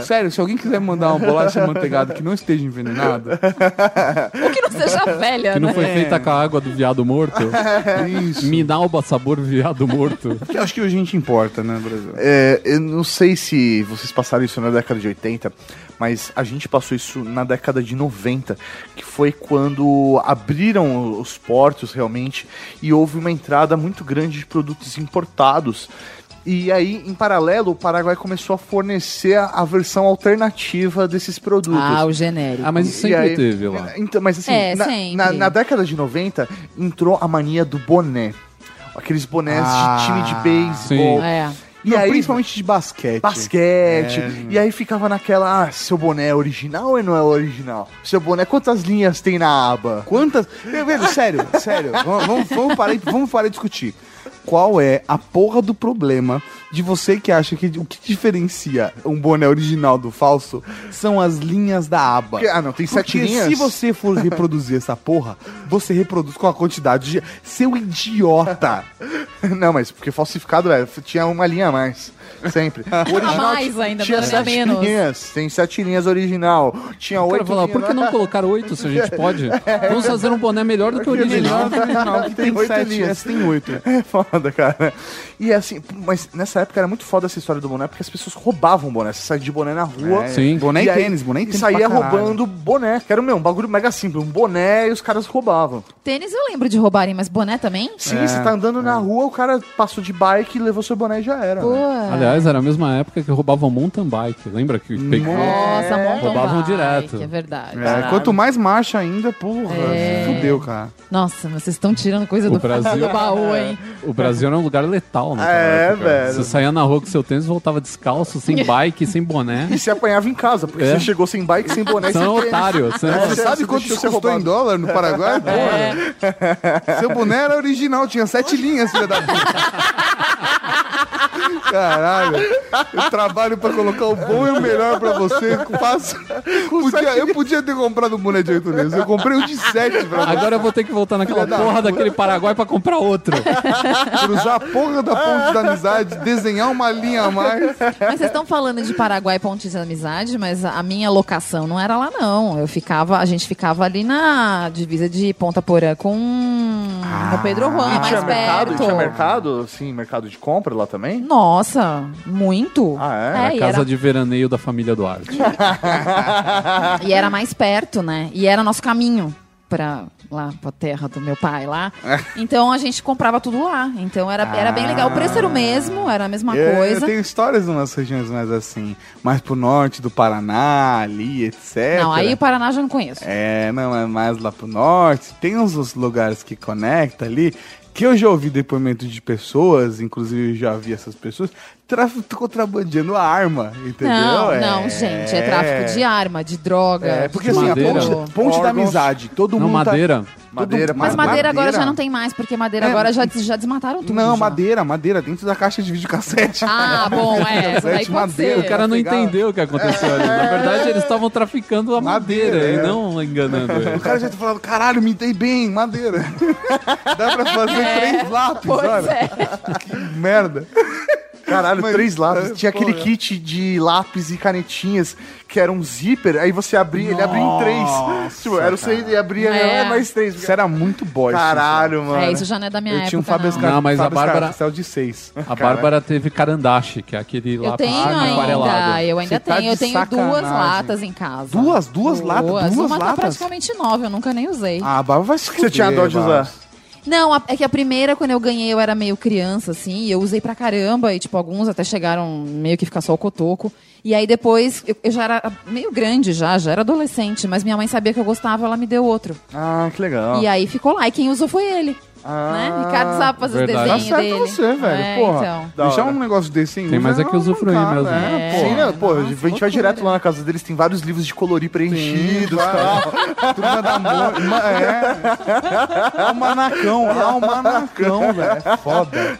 Ô, sério, se alguém quiser mandar uma bolacha manteigada que não esteja envenenada, Ou que não seja velha, Que não né? foi É. feita com a água do viado morto. Isso. Minalba sabor viado morto. que eu acho que a gente importa, né, Brasil? É, eu não sei se vocês passaram isso na década de 80, mas a gente passou isso na década de 90, que foi quando abriram os portos realmente e houve uma entrada muito grande de produtos importados. E aí, em paralelo, o Paraguai começou a fornecer a, a versão alternativa desses produtos. Ah, o genérico. Ah, mas isso E sempre teve lá. Então, mas assim, É, na, sempre. na- na década de 90 entrou a mania do boné. Aqueles bonés Ah, de time de beisebol. sim. É. E Não, aí, principalmente de basquete. basquete. É. E aí ficava naquela, ah, seu boné é original ou não é original? Seu boné, quantas linhas tem na aba? Quantas. Eu, velho, sério, sério. Vamos, vamos, vamos parar, e- vamos parar de discutir. Qual é a porra do problema de você que acha que o que diferencia um boné original do falso são as linhas da aba? Porque- ah, não, tem sete Porque linhas? Se você for reproduzir essa porra, você reproduz com a quantidade de. Seu idiota! não, mas porque falsificado, velho, tinha uma linha a mais. Sempre. O A original mais ti- ainda, tinha não era sete menos. linhas. Tem sete linhas original. Tinha O cara oito falava, por linhas. né? que não colocar oito se a gente pode? Vamos fazer um boné melhor do que o original. original, que tem né? oito sete, linhas. essa tem oito. É foda, cara. E assim, mas nessa época era muito foda essa história do boné, porque as pessoas roubavam boné. Você saía de boné na rua. É, Sim. Boné e, aí- tênis, boné e tênis. saía pra caralho. roubando boné. Que era meu, um bagulho mega simples. Um boné e os caras roubavam. Tênis eu lembro de roubarem, mas boné também? É, Sim, você tá andando na rua, o cara passou de bike, levou seu boné e já era. né? Aliás, era a mesma época que roubavam mountain bike. Lembra que o Nossa, mountain roubavam bike, direto. É verdade. É, quanto mais marcha ainda, porra, É. fudeu, cara. Nossa, mas vocês estão tirando coisa do, O Brasil, do baú, hein? o Brasil era um lugar letal, né? É, velho. Você saía na rua com seu tênis, voltava descalço, sem bike, sem boné. E se apanhava em casa, porque É. você chegou sem bike, sem boné, Você é sem um tênis. otário, você- É, Você tá. Sabe quanto deixou isso ser custou em roubado. dólar no Paraguai? É. É. Porra. Seu boné era original, tinha sete linhas, filha da puta. Caralho, eu trabalho pra colocar o bom e o melhor pra você. eu Faço. Podia- eu podia ter comprado um boné de oito linhas, eu comprei um de sete é pra você. Agora eu vou ter que voltar naquela Filha da porra puta. daquele Paraguai pra comprar outro. Cruzar a porra da ponte da amizade, desenhar uma linha a mais. Mas vocês estão falando de Paraguai e Pontes da Amizade, mas a minha locação não era lá, não. Eu ficava, a gente ficava ali na divisa de Ponta Porã com o Pedro Juan, Ah. E mais tinha perto. mercado, tinha mercado, assim, mercado de compra lá também? Nossa, muito. Ah, Era É, a e casa era- de veraneio da família Duarte. E era mais perto, né? E era nosso caminho pra lá, pra terra do meu pai lá. Então a gente comprava tudo lá. Então era, era bem legal. O preço era o mesmo, era a mesma É, Eu- coisa. Eu tenho histórias de umas regiões mais assim, mais pro norte do Paraná, ali, etc. Não, aí o Paraná eu já não conheço. né? É, não, é mais lá pro norte. Tem uns, uns lugares que conecta ali, que eu já ouvi depoimento de pessoas, inclusive eu já vi essas pessoas, tráfico contrabandeando a arma, entendeu? Não, É. não, gente, é tráfico de arma, de droga. É, de porque assim, a Madeira. ponte, ponte da Órgãos. amizade, todo Não, mundo... tá- madeira. todo- Madeira, Mas madeira, agora já não tem mais, porque madeira É, agora já, des- já desmataram tudo. Não, já. madeira, madeira, dentro da caixa de videocassete. Ah, bom, é, isso daí Cassete, pode madeira, ser. O cara não legal. entendeu o que aconteceu ali. Na verdade, eles estavam traficando a madeira, É. Madeira, e é. não enganando O ele. cara já tá falando, caralho, me dei bem, madeira. Dá pra fazer É. três lápis, olha. Que merda. Caralho, Mas- três lápis. é, Tinha aquele porra. kit de lápis e canetinhas que era um zíper, aí você abria, ele abria em três. Nossa, Tipo, era você cara. e abria É. é. mais três. Isso era muito boy. Caralho, mano. É, isso já não é da minha Eu época. tinha um Fábio não. Escar- Não, mas a Fábio Bárbara- Escarcel de seis. A Bárbara teve carandache, que é aquele Eu lápis tenho ainda, aquarelado. eu ainda Você tá tenho. Eu de tenho duas sacanagem. latas em casa. Duas, duas latas, duas Uma tá latas. praticamente nova, eu nunca nem usei. Ah, a Bárbara vai se Você tinha fuder, dó de Bárbara. usar. Não, a- é que a primeira, quando eu ganhei, eu era meio criança, assim, e eu usei pra caramba, e, tipo, alguns até chegaram meio que ficar só o cotoco. E aí depois, eu, eu já era meio grande já, já era adolescente, mas minha mãe sabia que eu gostava, ela me deu outro. Ah, que legal. E aí ficou lá, e quem usou foi ele. né? Ricardo sabe fazer verdade. os Ah, Tá desenhos certo dele. você, velho. É, porra. então. Da Deixar hora. um negócio desse em Tem uso mais é que uma usufruir mancada, mesmo. É, Sim, porra. né? Pô, a gente loucura. né? vai direto lá na casa deles, tem vários livros de colorir preenchidos. tal. Turma da Mônica. ma- É. Almanacão, almanacão, um velho. É foda.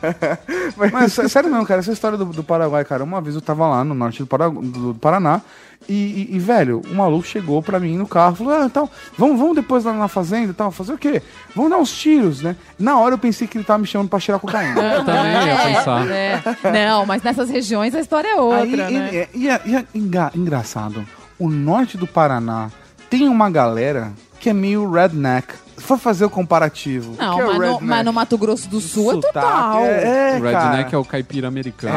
Mas sé- sério mesmo, cara, essa história do, do Paraguai, cara, é uma vez eu tava lá no norte do, Para- do- do Paraná. E, e- e, velho, o maluco chegou pra mim no carro, falou, ah, tal, vamos, vamos depois lá na fazenda e tal, fazer o quê? Vamos dar uns tiros, né? Na hora eu pensei que ele tava me chamando pra cheirar cocaína. Eu também ia pensar. É. Não, mas nessas regiões a história é outra, Aí, né? e- e- e é- e é enga- engraçado, o norte do Paraná tem uma galera que é meio redneck. Se for fazer o comparativo, Não, o que é mas, no, redneck? mas no Mato Grosso do Sul é Sotaque, total. É, É, é, O redneck cara. é o caipira americano.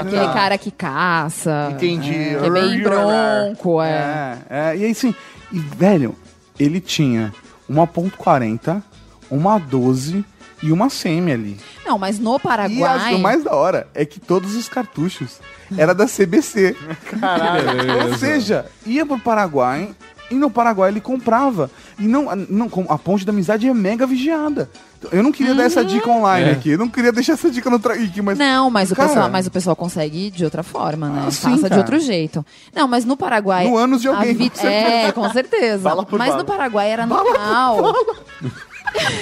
aquele cara que caça. Entendi. Que é bem bronco, é. É, é, e aí sim, e, velho, ele tinha uma .40, uma 12 e uma semi ali. Não, mas É. no E as, Paraguai. o mais da hora é que todos os cartuchos era da CBC. Beleza. Ou seja, ia pro Paraguai e no Paraguai ele comprava. E não, não como- a ponte da amizade é mega vigiada. Eu não queria dar essa dica online É. aqui. Eu não queria deixar essa dica no traik, mas. Uhum. Não, mas o, Cara. pessoal, mas o pessoal consegue de outra forma, né? Ah, sim, Faça de cara. outro jeito. Não, mas no Paraguai. No ânus de a alguém, vi- com certeza. É, com certeza. Bala por mas bala. no Paraguai era normal.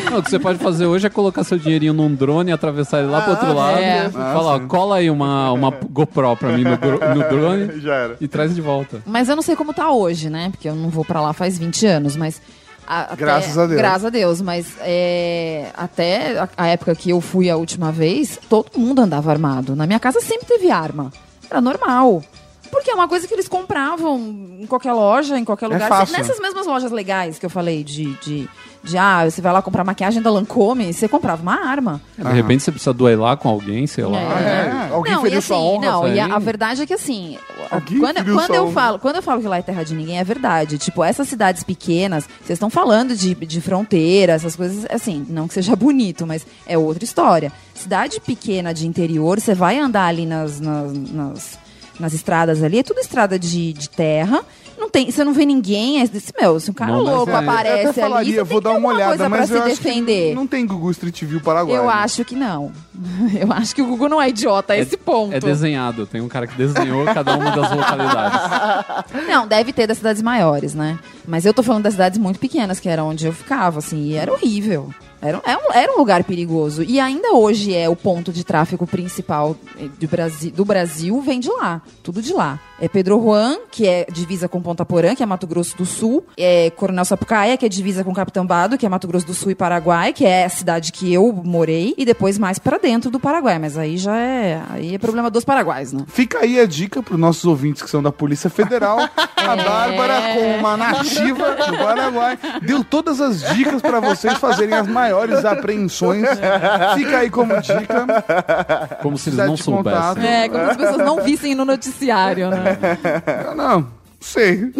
Não, o que você pode fazer hoje é colocar seu dinheirinho num drone, atravessar ele lá pro outro lado é. e falar, ó, cola aí uma, uma GoPro pra mim no, gro- no drone Já era. e traz de volta. Mas eu não sei como tá hoje, né? Porque eu não vou pra lá faz 20 anos, mas. a- até- Graças a Deus. Graças a Deus, mas é, até a, a época que eu fui a última vez, todo mundo andava armado. Na minha casa sempre teve arma. Era normal. Porque é uma coisa que eles compravam em qualquer loja, em qualquer lugar. É fácil. Cê- Nessas mesmas lojas legais que eu falei de, de, de, ah, você vai lá comprar maquiagem da Lancôme, você comprava uma arma. De repente você precisa duelar com alguém, sei lá. É. Alguém não, e feriu assim, sua honra, não, e a, velho? a verdade é que assim, Alguém quando, viu quando só eu um- falo, quando eu falo que lá é terra de ninguém, é verdade. Tipo, essas cidades pequenas, vocês estão falando de, de fronteira, essas coisas, assim, não que seja bonito, mas é outra história. Cidade pequena de interior, você vai andar ali nas, nas, nas, nas estradas ali, é tudo estrada de, de terra. Não tem, você não vê ninguém, é desse, meu, se um cara Não, mas louco é, eu aparece até ali, falaria, você vou dar tem uma alguma olhada, coisa pra mas eu se acho que defender. não tem Google Street View Paraguai. Eu né? acho que não. Eu acho que o Google não é idiota a esse ponto. É desenhado, tem um cara que desenhou cada uma das localidades. Não, deve ter das cidades maiores, né? Mas eu tô falando das cidades muito pequenas, que era onde eu ficava, assim, e era horrível. Era, um- é um, era um lugar perigoso. E ainda hoje é o ponto de tráfego principal eh, do Brasil, do Brasil, vem de lá. Tudo de lá. É Pedro Juan, que é divisa com Ponta Porã, que é Mato Grosso do Sul. É Coronel Sapucaia, que é divisa com Capitambado, que é Mato Grosso do Sul e Paraguai, que é a cidade que eu morei. E depois mais pra dentro do Paraguai. Mas aí já é... Aí é problema dos paraguaios, né? Fica aí a dica para os nossos ouvintes que são da Polícia Federal. A Bárbara, com uma nativa do Paraguai, deu todas as dicas para vocês fazerem as maiores apreensões. Fica aí como dica. Como se eles Cidade não de contato. soubessem. É, como se as pessoas não vissem no noticiário, né? Eu não sei.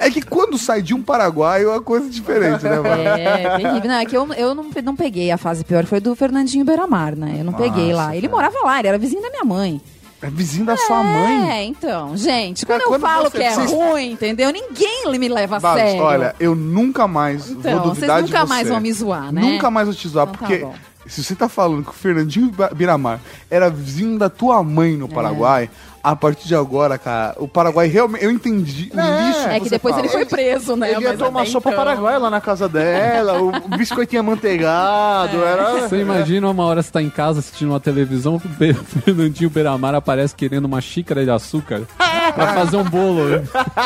É que quando sai de um paraguaio é uma coisa diferente, né, Bárbara? É, terrível. Não, é que eu, eu não, pe- não peguei a fase pior, foi do Fernandinho Beiramar, né? Eu não peguei Nossa, lá. Ele morava lá, ele era vizinho da minha mãe. É vizinho da sua mãe. É, então, gente, Cara, quando, quando eu falo você que é precisa- ruim, entendeu? Ninguém me leva a Babs, É, sério. olha, eu nunca mais Então, vou duvidar vocês nunca de você. mais vão me zoar, né? Nunca mais vou te zoar, Então tá porque bom. se você tá falando que o Fernandinho Ba- Biramar era vizinho da tua mãe É. no Paraguai, a partir de agora, cara, o Paraguai realmente... Eu entendi o lixo É que você depois fala. ele foi preso, né? Ele ia Mas tomar até sopa então- paraguaia lá na casa dela, o o biscoitinho amanteigado, É. era... Você imagina uma hora você tá em casa assistindo uma televisão, o Be- Fernandinho Beiramar aparece querendo uma xícara de açúcar pra fazer um bolo.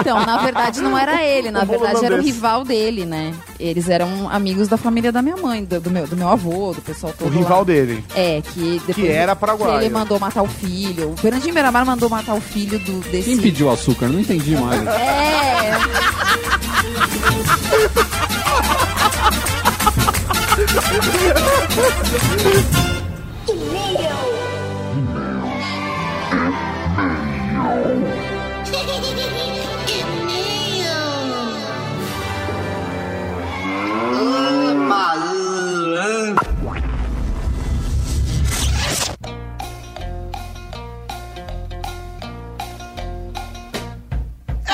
Então, na verdade, não era ele, na Um bolo verdade era o holandês. rival dele, né? Eles eram amigos da família da minha mãe, do, do meu, do meu avô, do pessoal O todo. lá. rival dele. É, que Que depois. era paraguaio. que ele mandou matar o filho. O Fernandinho Beiramar mandou matar o filho do, desse. Quem pediu açúcar? Não entendi mais. É.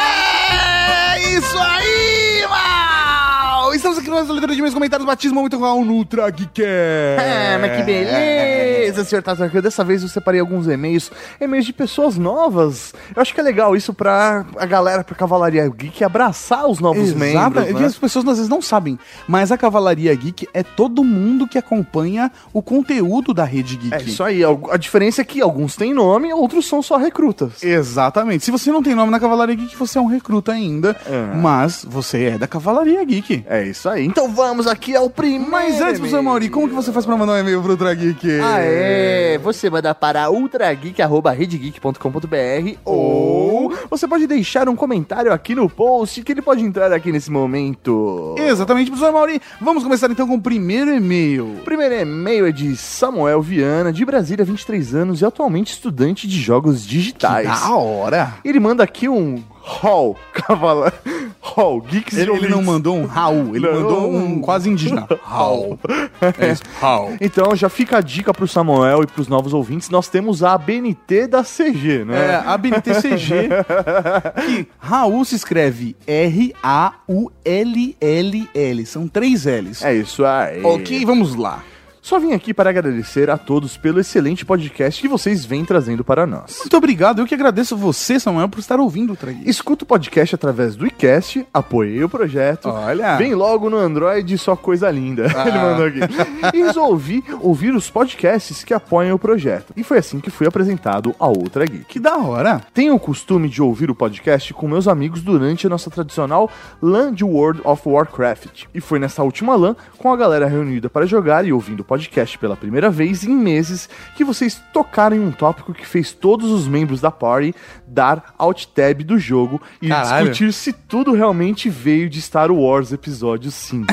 É isso aí, mal! Estamos aqui na nossa leitura de meus comentários, batismo muito com o Nutra Geekcast. É, mas que beleza, senhor Tazarkan. Dessa vez eu separei alguns e-mails, e-mails de pessoas novas. Eu acho que é legal isso pra a galera, pra Cavalaria Geek, abraçar os novos Exato, membros, e né? as pessoas às vezes não sabem, mas a Cavalaria Geek é todo mundo que acompanha o conteúdo da Rede Geek. É isso aí. algu- A diferença é que alguns têm nome, outros são só recrutas. Exatamente. Se você não tem nome na Cavalaria Geek, você é um recruta ainda, mas você é da Cavalaria Geek. É isso aí. Então vamos aqui ao primeiro. Mas antes, professor Mauri, como que você faz pra mandar um e-mail pro Ultra Geek? Ah, é. Você manda para ultrageek.redgeek.com.br ou você pode deixar um comentário aqui no post que ele pode entrar aqui nesse momento. Exatamente, professor Mauri. Vamos começar então com o primeiro e-mail. O primeiro e-mail é de Samuel Viana, de Brasília, 23 anos e atualmente estudante de jogos digitais. Da hora! Ele manda aqui um hall, cavala, hall, geeks Ele, e ele não ouvintes. mandou um Raul, ele Não. mandou um quase indígena. Raul. É isso, Raul. Então já fica a dica pro Samuel e pros novos ouvintes, nós temos a ABNT da CG, né? É, a BNTCG. que Raul se escreve R-A-U-L-L-L. São três L's. É isso aí. Ok, vamos lá. Só vim aqui para agradecer a todos pelo excelente podcast que vocês vêm trazendo para nós. Muito obrigado, eu que agradeço você, Samuel, por estar ouvindo o Tragui. Escuta o podcast através do iCast, apoiei o projeto. Olha. Vem logo no Android, só coisa linda. Ah. Ele mandou aqui. E resolvi ouvir os podcasts que apoiam o projeto. E foi assim que fui apresentado a outra geek. Que da hora. Tenho o costume de ouvir o podcast com meus amigos durante a nossa tradicional LAN de World of Warcraft. E foi nessa última LAN, com a galera reunida para jogar e ouvindo o podcast pela primeira vez em meses, que vocês tocaram em um tópico que fez todos os membros da party dar alt tab do jogo e Caralho. discutir se tudo realmente veio de Star Wars Episódio 5.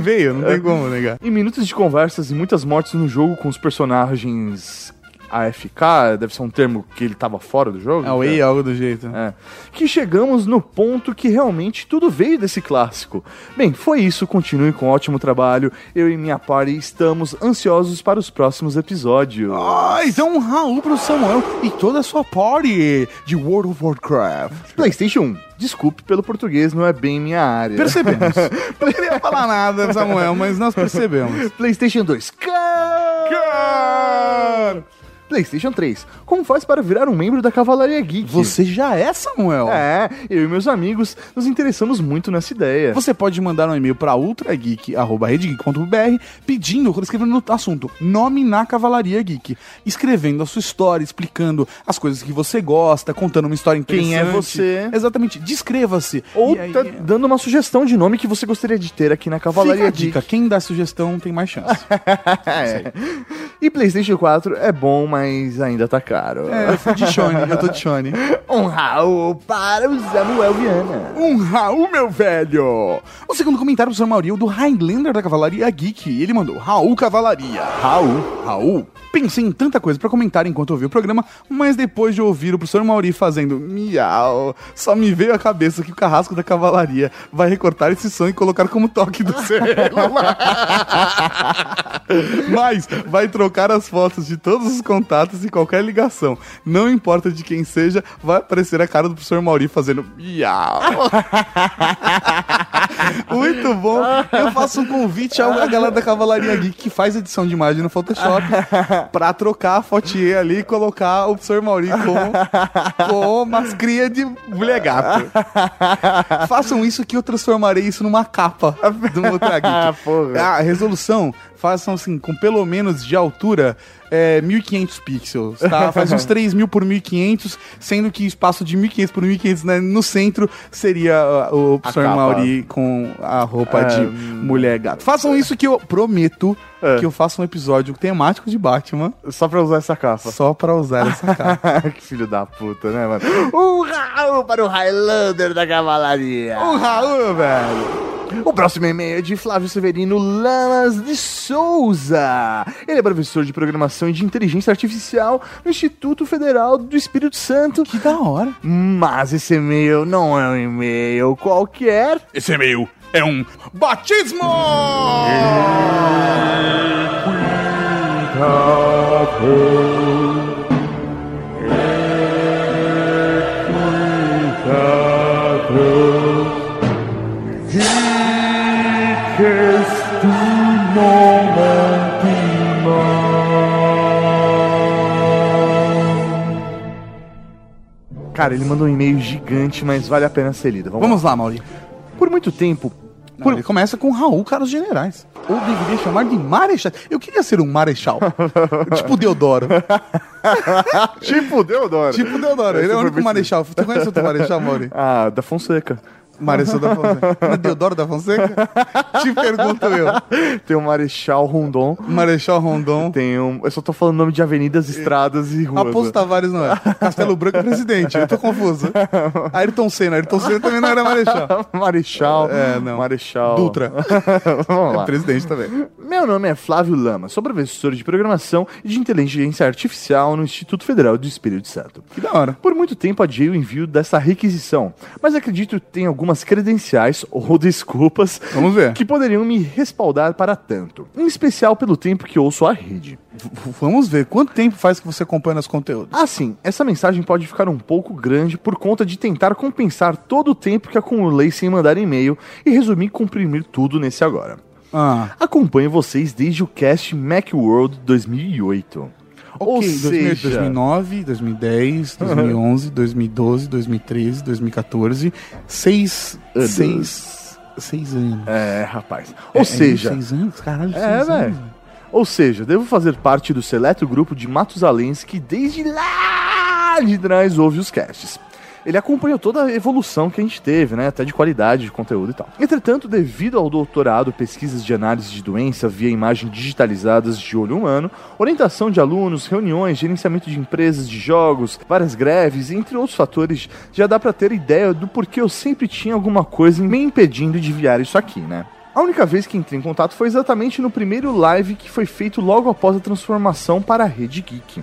Veio, não tem como negar. Em minutos de conversas e muitas mortes no jogo com os personagens AFK, deve ser um termo que ele tava fora do jogo. Away, né? Ah, algo do jeito. É. Que chegamos no ponto que realmente tudo veio desse clássico. Bem, foi isso, continue com um ótimo trabalho. Eu e minha party estamos ansiosos para os próximos episódios. Ah, então um Raul pro Samuel e toda a sua party de World of Warcraft. PlayStation 1. Desculpe pelo português, não é bem minha área. Percebemos. Não queria falar nada, Samuel, mas nós percebemos. PlayStation 2. Car! PlayStation 3. Como faz para virar um membro da Cavalaria Geek? Você já é, Samuel? É, eu e meus amigos nos interessamos muito nessa ideia. Você pode mandar um e-mail para ultrageek.redgeek.br pedindo, escrevendo no assunto, nome na Cavalaria Geek. Escrevendo a sua história, explicando as coisas que você gosta, contando uma história interessante. Quem é você? Exatamente, descreva-se. Ou E aí, é. tá dando uma sugestão de nome que você gostaria de ter aqui na Cavalaria Fica a Geek. dica, quem dá sugestão tem mais chance. É. E PlayStation 4 é bom, mas ainda tá caro. É, eu fui de Shone, eu tô de Shone. Um Raul para o Samuel Viana. Um Raul, meu velho! O segundo comentário do Sr. Mauriel do Highlander da Cavalaria Geek. Ele mandou Raul Cavalaria. Raul? Raul? Pensei em tanta coisa pra comentar enquanto ouvi o programa, mas depois de ouvir o professor Mauri fazendo miau, só me veio à cabeça que o carrasco da cavalaria vai recortar esse som e colocar como toque do celular. Mas vai trocar as fotos de todos os contatos e qualquer ligação. Não importa de quem seja, vai aparecer a cara do professor Mauri fazendo miau. Muito bom. Eu faço um convite à galera da Cavalaria Geek que faz edição de imagem no Photoshop pra trocar a fotier ali e colocar o professor Mauri com, com mascria de mulher gato. Façam isso que eu transformarei isso numa capa do Ultra Geek. Porra. Ah, resolução, façam assim, com pelo menos de altura, é, 1500 pixels, tá? Faz uns 3000 por 1500, sendo que espaço de 1500 por 1500 né, no centro seria ah, o professor capa. Ah, hum. Mauri com a roupa de mulher gato. Façam isso que eu prometo É. que eu faço um episódio temático de Batman Só pra usar essa capa. só pra usar essa capa. que filho da puta, né, mano? Um Raul para o Highlander da Cavalaria. Um Raul, velho! O próximo e-mail é de Flávio Severino Lamas de Souza. Ele é professor de programação e de inteligência artificial no Instituto Federal do Espírito Santo. Que da hora! Mas esse e-mail não é um e-mail qualquer. Esse e-mail é um batismo! Cara, ele mandou um e-mail gigante, mas vale a pena ser lido. Vamos, Vamos lá, Mauri. lá. Por muito tempo. Não, por- Ele começa com Raul Carlos Generais. Ou deveria chamar de Marechal. Eu queria ser um Marechal. tipo Deodoro. Tipo, deu, Dora. Tipo Deodoro. Ele é o Super único bem- Marechal. Tu conhece outro Marechal, Mauri? Ah, da Fonseca. Marechal da Fonseca. Não é Deodoro da Fonseca? Te pergunto eu. Tem o Marechal Rondon. Marechal Rondon. Tem né? um. Eu só tô falando nome de avenidas, estradas e ruas. Aposto Tavares não é. Castelo Branco é presidente. Eu tô confuso. Ayrton Senna. Ayrton Senna também não era Marechal. Marechal. É, não. Marechal. Então, Dutra. Vamos É lá. presidente também. Meu nome é Flávio Lama, sou professor de programação e de inteligência artificial no Instituto Federal do Espírito Santo. Que da hora. Por muito tempo adiei o envio dessa requisição, mas acredito que tem algumas credenciais ou desculpas Vamos ver. que poderiam me respaldar para tanto, em especial pelo tempo que ouço a rede. V- Vamos ver. Quanto tempo faz que você acompanha nosso conteúdo? Assim, essa mensagem pode ficar um pouco grande por conta de tentar compensar todo o tempo que acumulei sem mandar e-mail e resumi comprimir tudo nesse agora. Ah. Acompanho vocês desde o cast Macworld 2008. Ou Ok, 2008, seja, 2009, 2010, 2011, 2012, 2013, 2014. Seis. Anos. Seis. Seis anos. É, rapaz. Ou É, seja, Seis anos? Caralho, seis É, anos. velho. Ou seja, devo fazer parte do seleto grupo de Matusalenses que desde lá de trás ouve os casts. Ele acompanhou toda a evolução que a gente teve, né? Até de qualidade de conteúdo e tal. Entretanto, devido ao doutorado, pesquisas de análise de doença via imagem digitalizadas de olho humano, orientação de alunos, reuniões, gerenciamento de empresas, de jogos, várias greves, entre outros fatores, já dá pra ter ideia do porquê eu sempre tinha alguma coisa me impedindo de enviar isso aqui, né? A única vez que entrei em contato foi exatamente no primeiro live que foi feito logo após a transformação para a Rede Geek.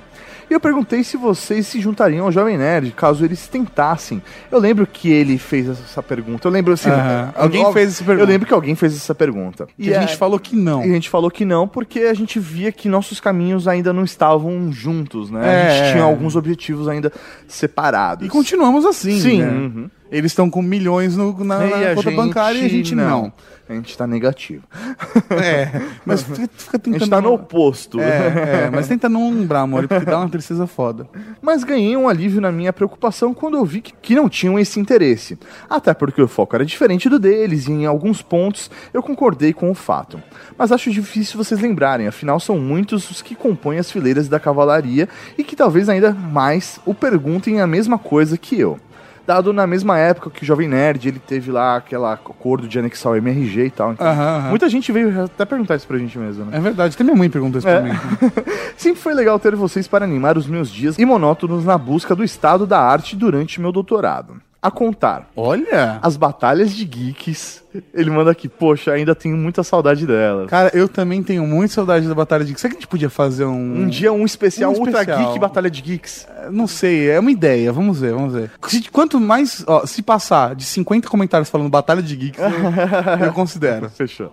E eu perguntei se vocês se juntariam ao Jovem Nerd, caso eles tentassem. Eu lembro que ele fez essa pergunta. Eu lembro assim. Aham, alguém eu- fez essa pergunta. Eu lembro que alguém fez essa pergunta. E a gente falou que não. E a gente falou que não, porque a gente via que nossos caminhos ainda não estavam juntos, né? a É. gente tinha alguns objetivos ainda separados. E continuamos assim, Sim. né? uhum. Eles estão com milhões no, na, na E a conta gente bancária e a gente não. A gente tá negativo. É, mas fica, fica tentando... A gente tá no oposto. né? É, é, mas tenta não lembrar, amor, porque dá uma tristeza foda. Mas ganhei um alívio na minha preocupação quando eu vi que, que não tinham esse interesse. Até porque o foco era diferente do deles e em alguns pontos eu concordei com o fato. Mas acho difícil vocês lembrarem, afinal são muitos os que compõem as fileiras da cavalaria e que talvez ainda mais o perguntem a mesma coisa que eu. Dado na mesma época que o Jovem Nerd, ele teve lá aquele acordo de anexar o MRG e tal. Então, Aham, aham. Muita gente veio até perguntar isso pra gente mesmo, né? É verdade, até minha mãe perguntou É. isso pra mim. Sempre foi legal ter vocês para animar os meus dias e monótonos na busca do estado da arte durante meu doutorado. A contar. Olha! As batalhas de geeks. Ele manda aqui, poxa, ainda tenho muita saudade delas. Cara, eu também tenho muita saudade da Batalha de Geeks. Será que a gente podia fazer um... Um dia um especial Ultra Geek Batalha de Geeks. Não sei, é uma ideia, vamos ver, vamos ver. Se- Quanto mais, ó, se passar de 50 comentários falando Batalha de Geeks, eu, eu considero. Fechou.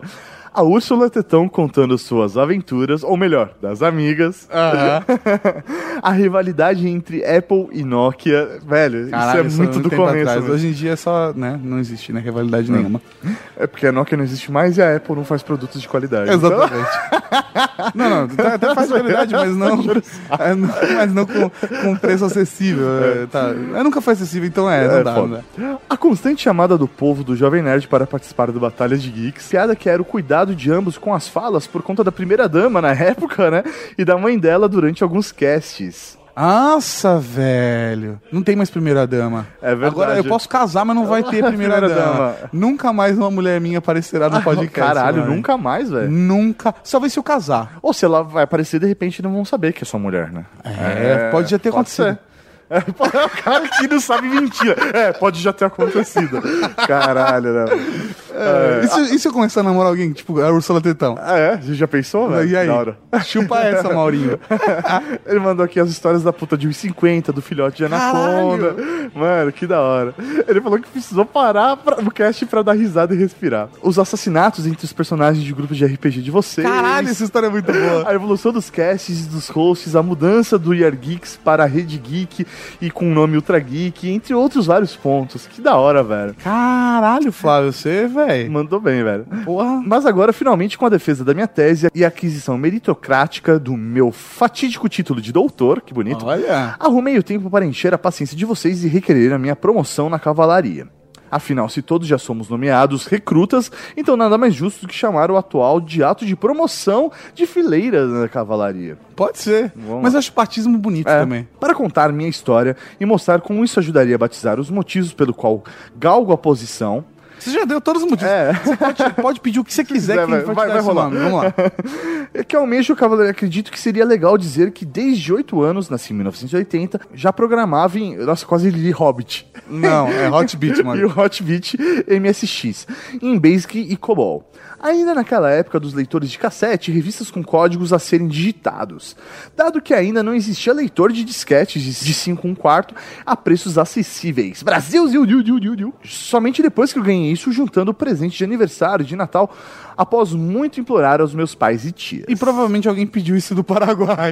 A Úrsula Tetão contando suas aventuras, ou melhor, das amigas. Aham. a rivalidade entre Apple e Nokia. Velho, Caralho, isso é muito do tempo começo. atrás. mesmo. Hoje em dia é só, né, não existe, né, rivalidade nenhuma. É porque a Nokia não existe mais e a Apple não faz produtos de qualidade. Exatamente. não, não, tá- até faz qualidade, mas não, é, não- mas não com, com preço acessível. é, tá. Eu nunca foi acessível, então é, não dá, foda. não dá. A constante chamada do povo do Jovem Nerd para participar do Batalha de Geeks, piada que era o cuidado de ambos com as falas por conta da primeira dama na época, né? E da mãe dela durante alguns casts. Nossa, velho. Não tem mais primeira dama. É verdade. Agora eu posso casar, mas não vai ter primeira, dama. Nunca mais uma mulher minha aparecerá no podcast. Ah, Caralho, mano. nunca mais, velho. Nunca. Só vai se eu casar. é. Ou se ela vai aparecer, de repente não vão saber que é sua mulher, né? É, pode já ter acontecido. ser. É, pô, é o cara que não sabe mentira. É, pode já ter acontecido. Caralho, né? É, E, se, e se eu começar a namorar alguém, tipo, a Ursula Tetão? Ah, é? Você já pensou, velho? E aí? Da hora. Chupa essa, Maurinho. Ele mandou aqui as histórias da puta de 1,50, do filhote de anaconda. Mano, que da hora. Ele falou que precisou parar pra, o cast pra dar risada e respirar. Os assassinatos entre os personagens de grupos de RPG de vocês. Caralho, essa história é muito boa. A evolução dos casts e dos hosts, a mudança do Year Geeks para a Rede Geek e com o nome Ultra Geek, entre outros vários pontos. Que da hora, velho. Caralho, Flávio, você, velho. Mandou bem, velho. Porra. Mas agora, finalmente, com a defesa da minha tese e a aquisição meritocrática do meu fatídico título de doutor, que bonito, Olha. arrumei o tempo para encher a paciência de vocês e requerer a minha promoção na cavalaria. Afinal, se todos já somos nomeados recrutas, então nada mais justo do que chamar o atual de ato de promoção de fileira na cavalaria. Pode ser. Vamos Mas lá. eu acho patismo bonito É, também. Para contar minha história e mostrar como isso ajudaria a batizar os motivos pelo qual galgo a posição, Você já deu todos os motivos. Você pode, pode pedir o que você quiser, É. quiser, que ele vai- vai, vai- te dar vai esse rolar. nome. Vamos lá. É que almejo o Cavaleiro. Acredito que seria legal dizer que desde oito anos, nasci em 1980, já programava em. Nossa, quase li Hobbit. Não, é Hot Beat, e mano. o Hotbit MSX, em Basic e COBOL. Ainda naquela época dos leitores de cassete, revistas com códigos a serem digitados. Dado que ainda não existia leitor de disquetes de 5 1 quarto a preços acessíveis. Brasil, ziu, ziu, ziu, ziu, ziu. Somente depois que eu ganhei isso, juntando o presente de aniversário, de Natal, após muito implorar aos meus pais e tias. E provavelmente alguém pediu isso do Paraguai.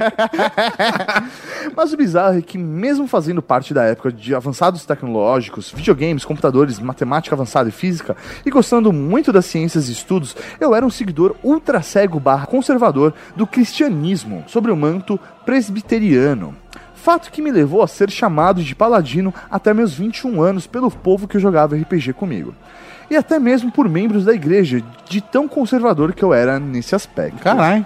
Mas o bizarro é que, mesmo fazendo parte da época de avançados tecnológicos, videogames, computadores, matemática avançada e física, e gostando muito das ciências e estudos, eu era um seguidor ultra cego barra conservador do cristianismo, sobre o manto presbiteriano. Fato que me levou a ser chamado de paladino até meus 21 anos pelo povo que jogava RPG comigo. E até mesmo por membros da igreja, de tão conservador que eu era nesse aspecto. Caralho.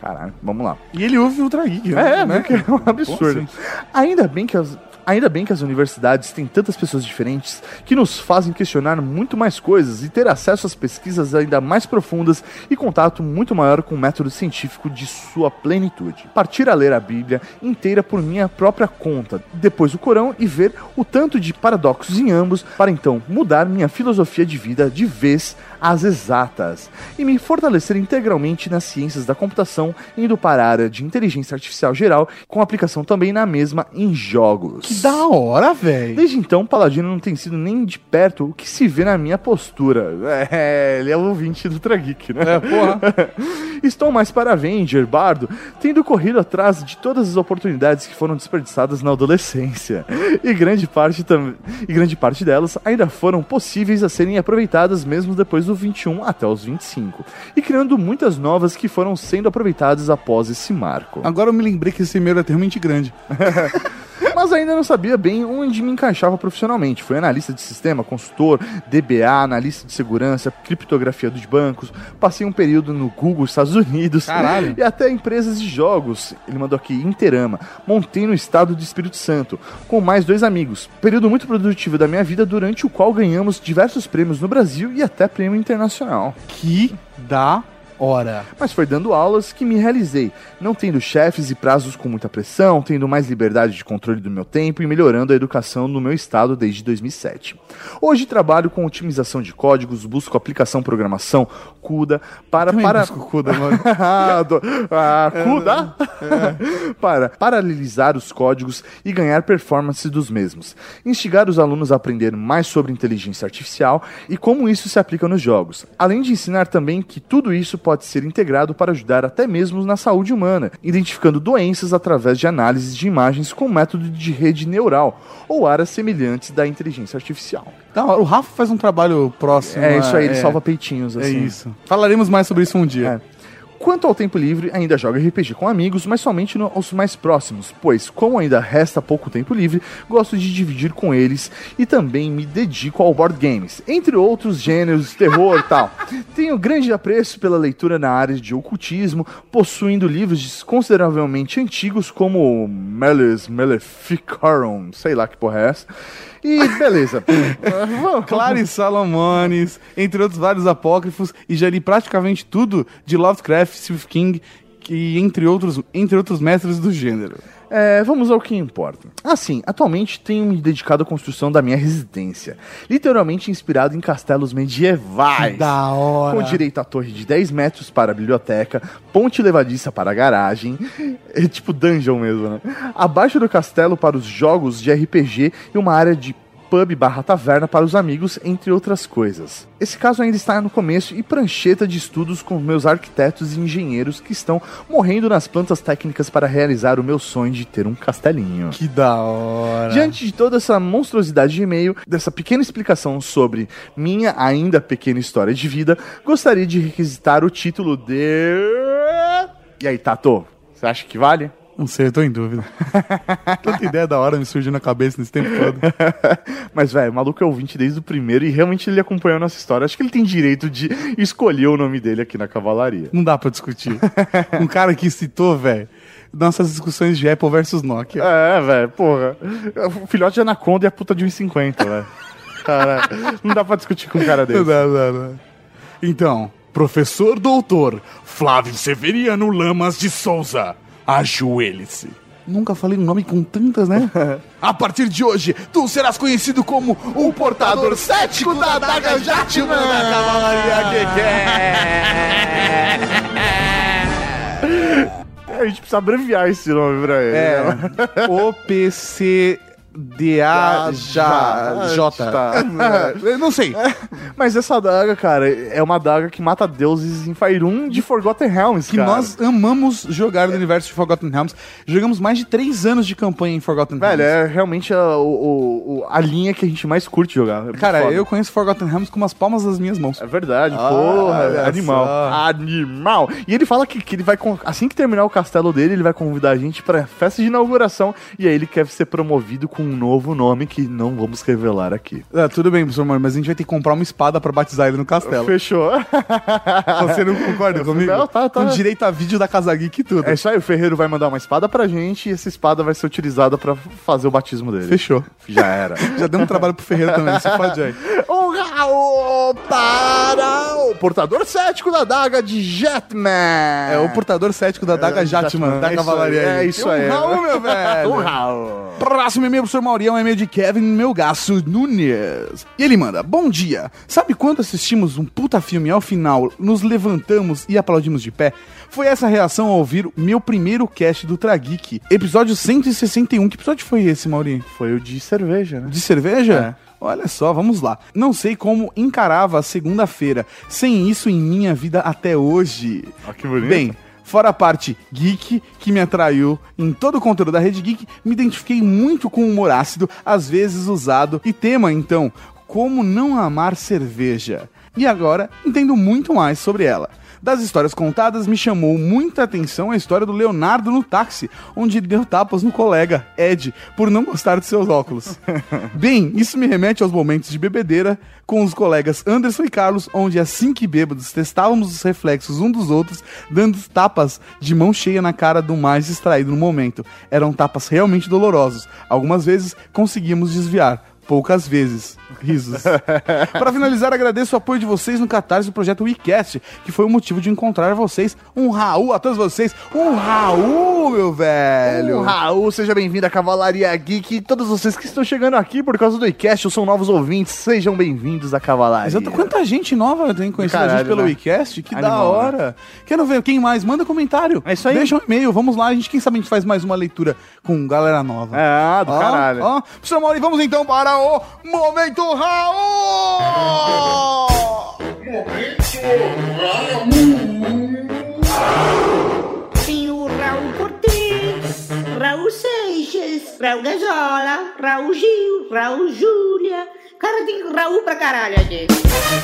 Caralho, vamos lá. E ele ouve Ultra Geek, É, né? porque é um absurdo. Como Ainda bem que as. Ainda bem que as universidades têm tantas pessoas diferentes que nos fazem questionar muito mais coisas e ter acesso às pesquisas ainda mais profundas e contato muito maior com o método científico de sua plenitude. Partir a ler a Bíblia inteira por minha própria conta, depois o Corão e ver o tanto de paradoxos em ambos para então mudar minha filosofia de vida de vez às exatas e me fortalecer integralmente nas ciências da computação, indo para a área de inteligência artificial geral, com aplicação também na mesma em jogos. Que da hora, velho! Desde então, Paladino não tem sido nem de perto o que se vê na minha postura. É, ele é o ouvinte do Trageek, né? É, porra. Estou mais para Avenger, Bardo, tendo corrido atrás de todas as oportunidades que foram desperdiçadas na adolescência. E grande parte, tam... e grande parte delas ainda foram possíveis a serem aproveitadas mesmo depois do 21 até os 25. E criando muitas novas que foram sendo aproveitadas após esse marco. Agora eu me lembrei que esse e-mail é termente grande. mas ainda não sabia bem onde me encaixava profissionalmente. Fui analista de sistema, consultor, DBA, analista de segurança, criptografia dos bancos. Passei um período no Google Estados Unidos Caralho. e até empresas de jogos. Ele mandou aqui Interama. Montei no estado do Espírito Santo com mais dois amigos. Período muito produtivo da minha vida durante o qual ganhamos diversos prêmios no Brasil e até prêmio internacional. Que da hora. Mas foi dando aulas que me realizei, não tendo chefes e prazos com muita pressão, tendo mais liberdade de controle do meu tempo e melhorando a educação no meu estado desde 2007. Hoje trabalho com otimização de códigos, busco aplicação programação CUDA para Também para busco CUDA, mano. É, ah, do- ah, CUDA para paralelizar os códigos e ganhar performance dos mesmos, instigar os alunos a aprender mais sobre inteligência artificial e como isso se aplica nos jogos, além de ensinar também que tudo isso pode ser integrado para ajudar até mesmo na saúde humana, identificando doenças através de análise de imagens com método de rede neural ou áreas semelhantes da inteligência artificial. Da hora. O Rafa faz um trabalho próximo. É isso aí, ele é- salva peitinhos É assim. isso. Falaremos mais sobre isso um dia. Quanto ao tempo livre, ainda jogo RPG com amigos, mas somente no- os mais próximos, pois, como ainda resta pouco tempo livre, gosto de dividir com eles e também me dedico ao board games, entre outros gêneros, terror e tal. Tenho grande apreço pela leitura na área de ocultismo, possuindo livros consideravelmente antigos como Meles Maleficarum, sei lá que porra é essa. E beleza. Então, Clarice Salomones, entre outros vários apócrifos, e já li praticamente tudo de Lovecraft, Stephen King, e entre outros, entre outros mestres do gênero. É, vamos ao que importa. Assim, atualmente tenho me dedicado à construção da minha residência, literalmente inspirado em castelos medievais. Da hora. Com direito à torre de 10 metros para a biblioteca, ponte levadiça para a garagem, é tipo dungeon mesmo, né? Abaixo do castelo para os jogos de RPG e uma área de pub barra taverna para os amigos, entre outras coisas. Esse caso ainda está no começo e prancheta de estudos com meus arquitetos e engenheiros que estão morrendo nas plantas técnicas para realizar o meu sonho de ter um castelinho. Que da hora. Diante de toda essa monstruosidade de e-mail, dessa pequena explicação sobre minha ainda pequena história de vida, gostaria de requisitar o título de. E aí, Tato? Você acha que vale? Não sei, eu tô em dúvida. Tanta ideia da hora me surgiu na cabeça nesse tempo todo. Mas, velho, o maluco é ouvinte desde o primeiro e realmente ele acompanhou nossa história. Acho que ele tem direito de escolher o nome dele aqui na cavalaria. Não dá pra discutir. um cara que citou, velho, nossas discussões de Apple versus Nokia. É, velho, porra. O filhote de Anaconda e a puta de 1,50, velho. Cara, não dá pra discutir com um cara desse. Não, não, não. Então, professor doutor Flávio Severiano Lamas de Souza, ajoelhe-se. Nunca falei um nome com tantas, né? A partir de hoje, tu serás conhecido como o portador cético da Daga Jatman! A gente precisa abreviar esse nome pra ele. É, né? OPCDA já Tá. J. Eu não sei. Mas essa adaga, cara, é uma adaga que mata deuses em Faerun de Forgotten Realms, Que cara. nós amamos jogar no universo de Forgotten Realms. Jogamos mais de três anos de campanha em Forgotten Velho, Realms. é realmente a, o- o- a linha que a gente mais curte jogar. É muito Cara, foda. eu conheço Forgotten Realms com as palmas das minhas mãos. É verdade, Ah, olha porra, animal. só. Animal. E ele fala que, que ele vai. con- Assim que terminar o castelo dele, ele vai convidar a gente pra festa de inauguração. E aí ele quer ser promovido com um novo nome que não vamos revelar aqui. Ah, tudo bem, professor Moro, mas a gente vai ter que comprar uma espada pra batizar ele no castelo. Fechou. Você não concorda comigo? Não, tá, tá. Com direito a vídeo da Casa Geek e tudo. É isso aí, o Ferreiro vai mandar uma espada pra gente e essa espada vai ser utilizada pra fazer o batismo dele. Fechou. Já era. Já deu um trabalho pro Ferreira também, você pode aí. Honra o- para o portador cético da daga de Jetman. É o portador cético da Daga Jatman, da É isso aí, Cavalaria. É aí. isso aí. Um Raul, meu velho. Um Raul. Próximo e-mail pro professor Mauri é um e-mail de Kevin Melgaço Nunes. E ele manda: Bom dia. Sabe quando assistimos um puta filme e ao final nos levantamos e aplaudimos de pé? Foi essa reação ao ouvir o meu primeiro cast do Trageek, episódio 161. Que episódio foi esse, Mauri? Foi o de cerveja, né? De cerveja? Olha só, vamos lá. Não sei como encarava a segunda-feira sem isso em minha vida até hoje. Olha Ah, que bonito. Bem, fora a parte geek que me atraiu em todo o conteúdo da Rede Geek, me identifiquei muito com o humor ácido, às vezes usado, e tema então, como não amar cerveja. E agora entendo muito mais sobre ela. Das histórias contadas, me chamou muita atenção a história do Leonardo no táxi, onde ele deu tapas no colega, Ed, por não gostar de seus óculos. Bem, isso me remete aos momentos de bebedeira com os colegas Anderson e Carlos, onde assim que bêbados testávamos os reflexos um dos outros, dando tapas de mão cheia na cara do mais distraído no momento. Eram tapas realmente dolorosos. Algumas vezes conseguimos desviar. Poucas vezes. Risos. Para finalizar, agradeço o apoio de vocês no Catarse do projeto WeCast, que foi o motivo de encontrar vocês. Um Raul a todos vocês. Um Raul, meu velho. Um Raul, seja bem-vindo à Cavalaria Geek. E todos vocês que estão chegando aqui por causa do iCast ou são novos ouvintes, sejam bem-vindos à Cavalaria. Exato, quanta gente nova tem conhecido a gente Caralho, pelo né? WeCast, que da Animal, né? hora. Quero ver quem mais, manda comentário. É isso aí. Deixa um e-mail, vamos lá, a gente, quem sabe a gente faz mais uma leitura com galera nova. Ah, do Ó, caralho. Ó, professor Mauri, vamos então para o Momento Raul! Tem o Raul Cortez, Raul Seixas, Raul Gazola, Raul Gil, Raul Júlia. Cara, tem Raul pra caralho aqui.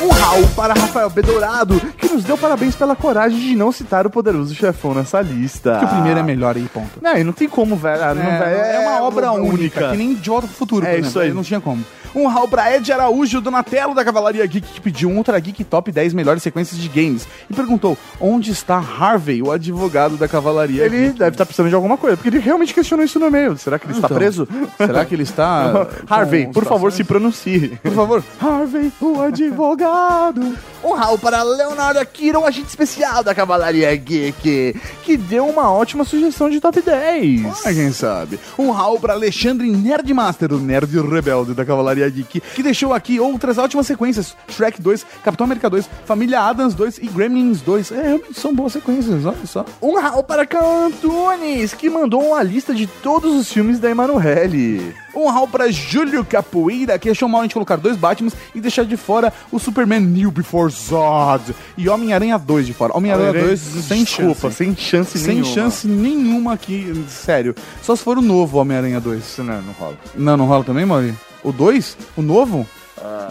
Um Raul para Rafael Bedourado, que nos deu parabéns pela coragem de não citar o poderoso chefão nessa lista. Que o primeiro é melhor aí, ponto. Não, e não tem como, velho. Ah, não, É, velho, é uma obra única, que nem de outro futuro. por É exemplo, isso aí. Não tinha como. Um Raul pra Ed Araújo, Donatello da Cavalaria Geek, que pediu um Ultra Geek Top 10 melhores sequências de games. E perguntou, onde está Harvey, o advogado da Cavalaria Ele Geek? deve estar precisando de alguma coisa, porque ele realmente questionou isso no meio. Será que ele está Então, preso? Será que ele está... com Harvey, por favor, situações? se pronuncie. Por favor. Harvey, o advogado. Um Raul para Leonardo Akira, um agente especial da Cavalaria Geek, que deu uma ótima sugestão de top 10. Ah, quem sabe? Um Raul pra Alexandre Nerdmaster, o nerd rebelde da Cavalaria Geek, que deixou aqui outras ótimas sequências: Shrek 2, Capitão América 2, Família Adams 2 e Gremlins 2. É, realmente são boas sequências, olha só. Um Raul para Cão Antunes, que mandou uma lista de todos os filmes da Emanuele. Um Raul pra Júlio Capoeira, que achou mal a gente colocar dois Batmans e deixar de fora o Superman New Before Zod e Homem-Aranha 2 de fora. Homem-Aranha 2 sem Desculpa, chance. sem chance Sem nenhuma. chance nenhuma aqui, sério. Só se for o novo Homem-Aranha 2. né, Não, não rola. Não, não rola também, Mauri? O 2? O novo?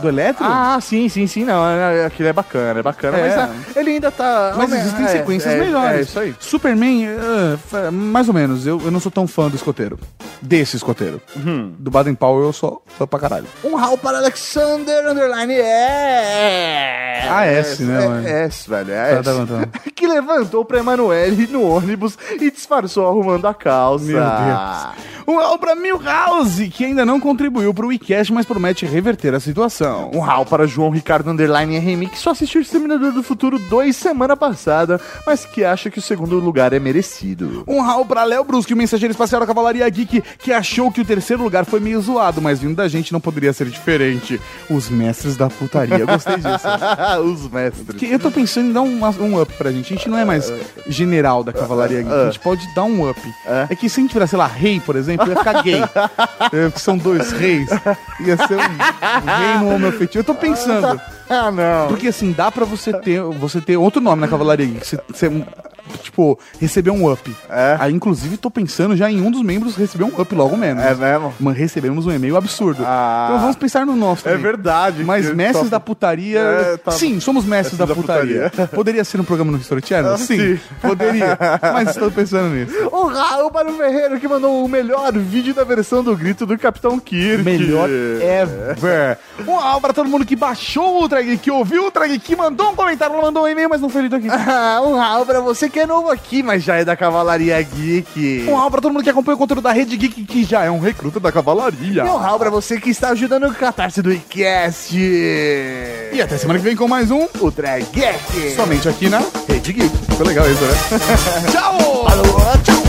Do Eletro? Ah, sim, sim, sim, não. é- é- Aquilo é bacana, é bacana. É. Mas ah, ele ainda tá. Mas Homem- existem é, sequências é, melhores. É isso aí. Superman, ah, fa- mais ou menos. Eu, eu não sou tão fã do escoteiro. Desse escoteiro. Do Baden Powell eu sou fã pra caralho. Um Raul para Alexander Underline é. Ah, S, né, É, mano? S, velho. É Tá, S. tá bom, tá bom. que levantou pra Emanuele no ônibus e disfarçou arrumando a calça. Meu Deus. Um Raul pra Milhouse, que ainda não contribuiu pro WeCast, mas promete reverter a situação. Um Raul para João Ricardo Underline RM, que só assistiu o Exterminador do Futuro 2 semana passada, mas que acha que o segundo lugar é merecido. Um Raul pra Léo Brusque, o mensageiro espacial da Cavalaria Geek, que achou que o terceiro lugar foi meio zoado, mas vindo da gente não poderia ser diferente. Os mestres da putaria. Eu Gostei disso. Os mestres. Que eu tô pensando em dar um, um up pra gente. A gente não é mais general da Cavalaria Geek. A Ah. gente pode dar um up. É que se a gente virar, sei lá, rei, por exemplo, ia ficar gay. É, porque são dois reis. Ia ser um, um reino homoafetivo. Eu tô pensando. Ah, não. Porque assim, dá pra você ter, você ter outro nome na Cavalaria Geek. Você, você, tipo, receber um up. É? Aí, inclusive, tô pensando já em um dos membros receber um up logo menos. É mesmo? Mas recebemos um e-mail absurdo. Ah. Então vamos pensar no nosso. É também. verdade. Mas que- mestres só- da putaria. É, tá- Sim, somos mestres da, putaria. Poderia ser um programa no History Channel? Ah, sim, sim. poderia. Mas estou pensando nisso. O Raul para o Ferreiro que mandou o melhor vídeo da versão do grito do Capitão Kirk. Melhor é ever. Um alvo pra todo mundo que baixou o Trag, que ouviu o Trag, que mandou um comentário, mandou um e-mail, mas não foi lido aqui. Ah, um Raul pra você que é novo aqui, mas já é da Cavalaria Geek. Um alvo pra todo mundo que acompanha o conteúdo da Rede Geek, que já é um recruta da cavalaria. E um Raul pra você que está ajudando o catarse do iCast. E até semana que vem com mais um Ultra Geek. Somente aqui na Rede Geek. Foi legal isso, né? Tchau! Falou, tchau!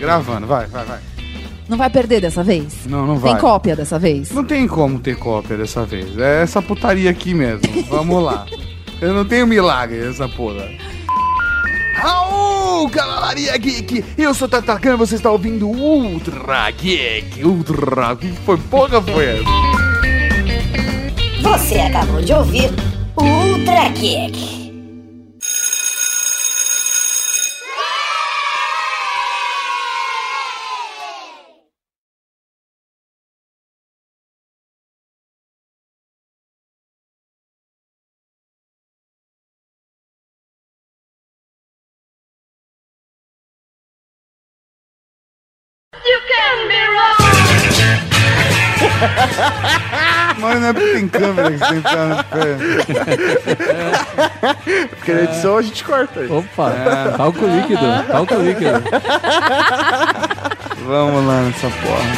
Gravando, vai, vai, vai. Não vai perder dessa vez? Não, não vai. Tem cópia dessa vez? Não tem como ter cópia dessa vez. É essa putaria aqui mesmo. Vamos lá. Eu não tenho milagre essa porra. Au, Cavalaria Geek! Eu sou Tatacan e você está ouvindo Ultra Geek. Ultra Geek foi porra foi essa? Você acabou de ouvir o Ultra Geek. Mano, não é porque tem câmera que você tem que ficar no pé. Porque na edição a gente corta. Opa, talco líquido, talco líquido. Vamos lá nessa porra.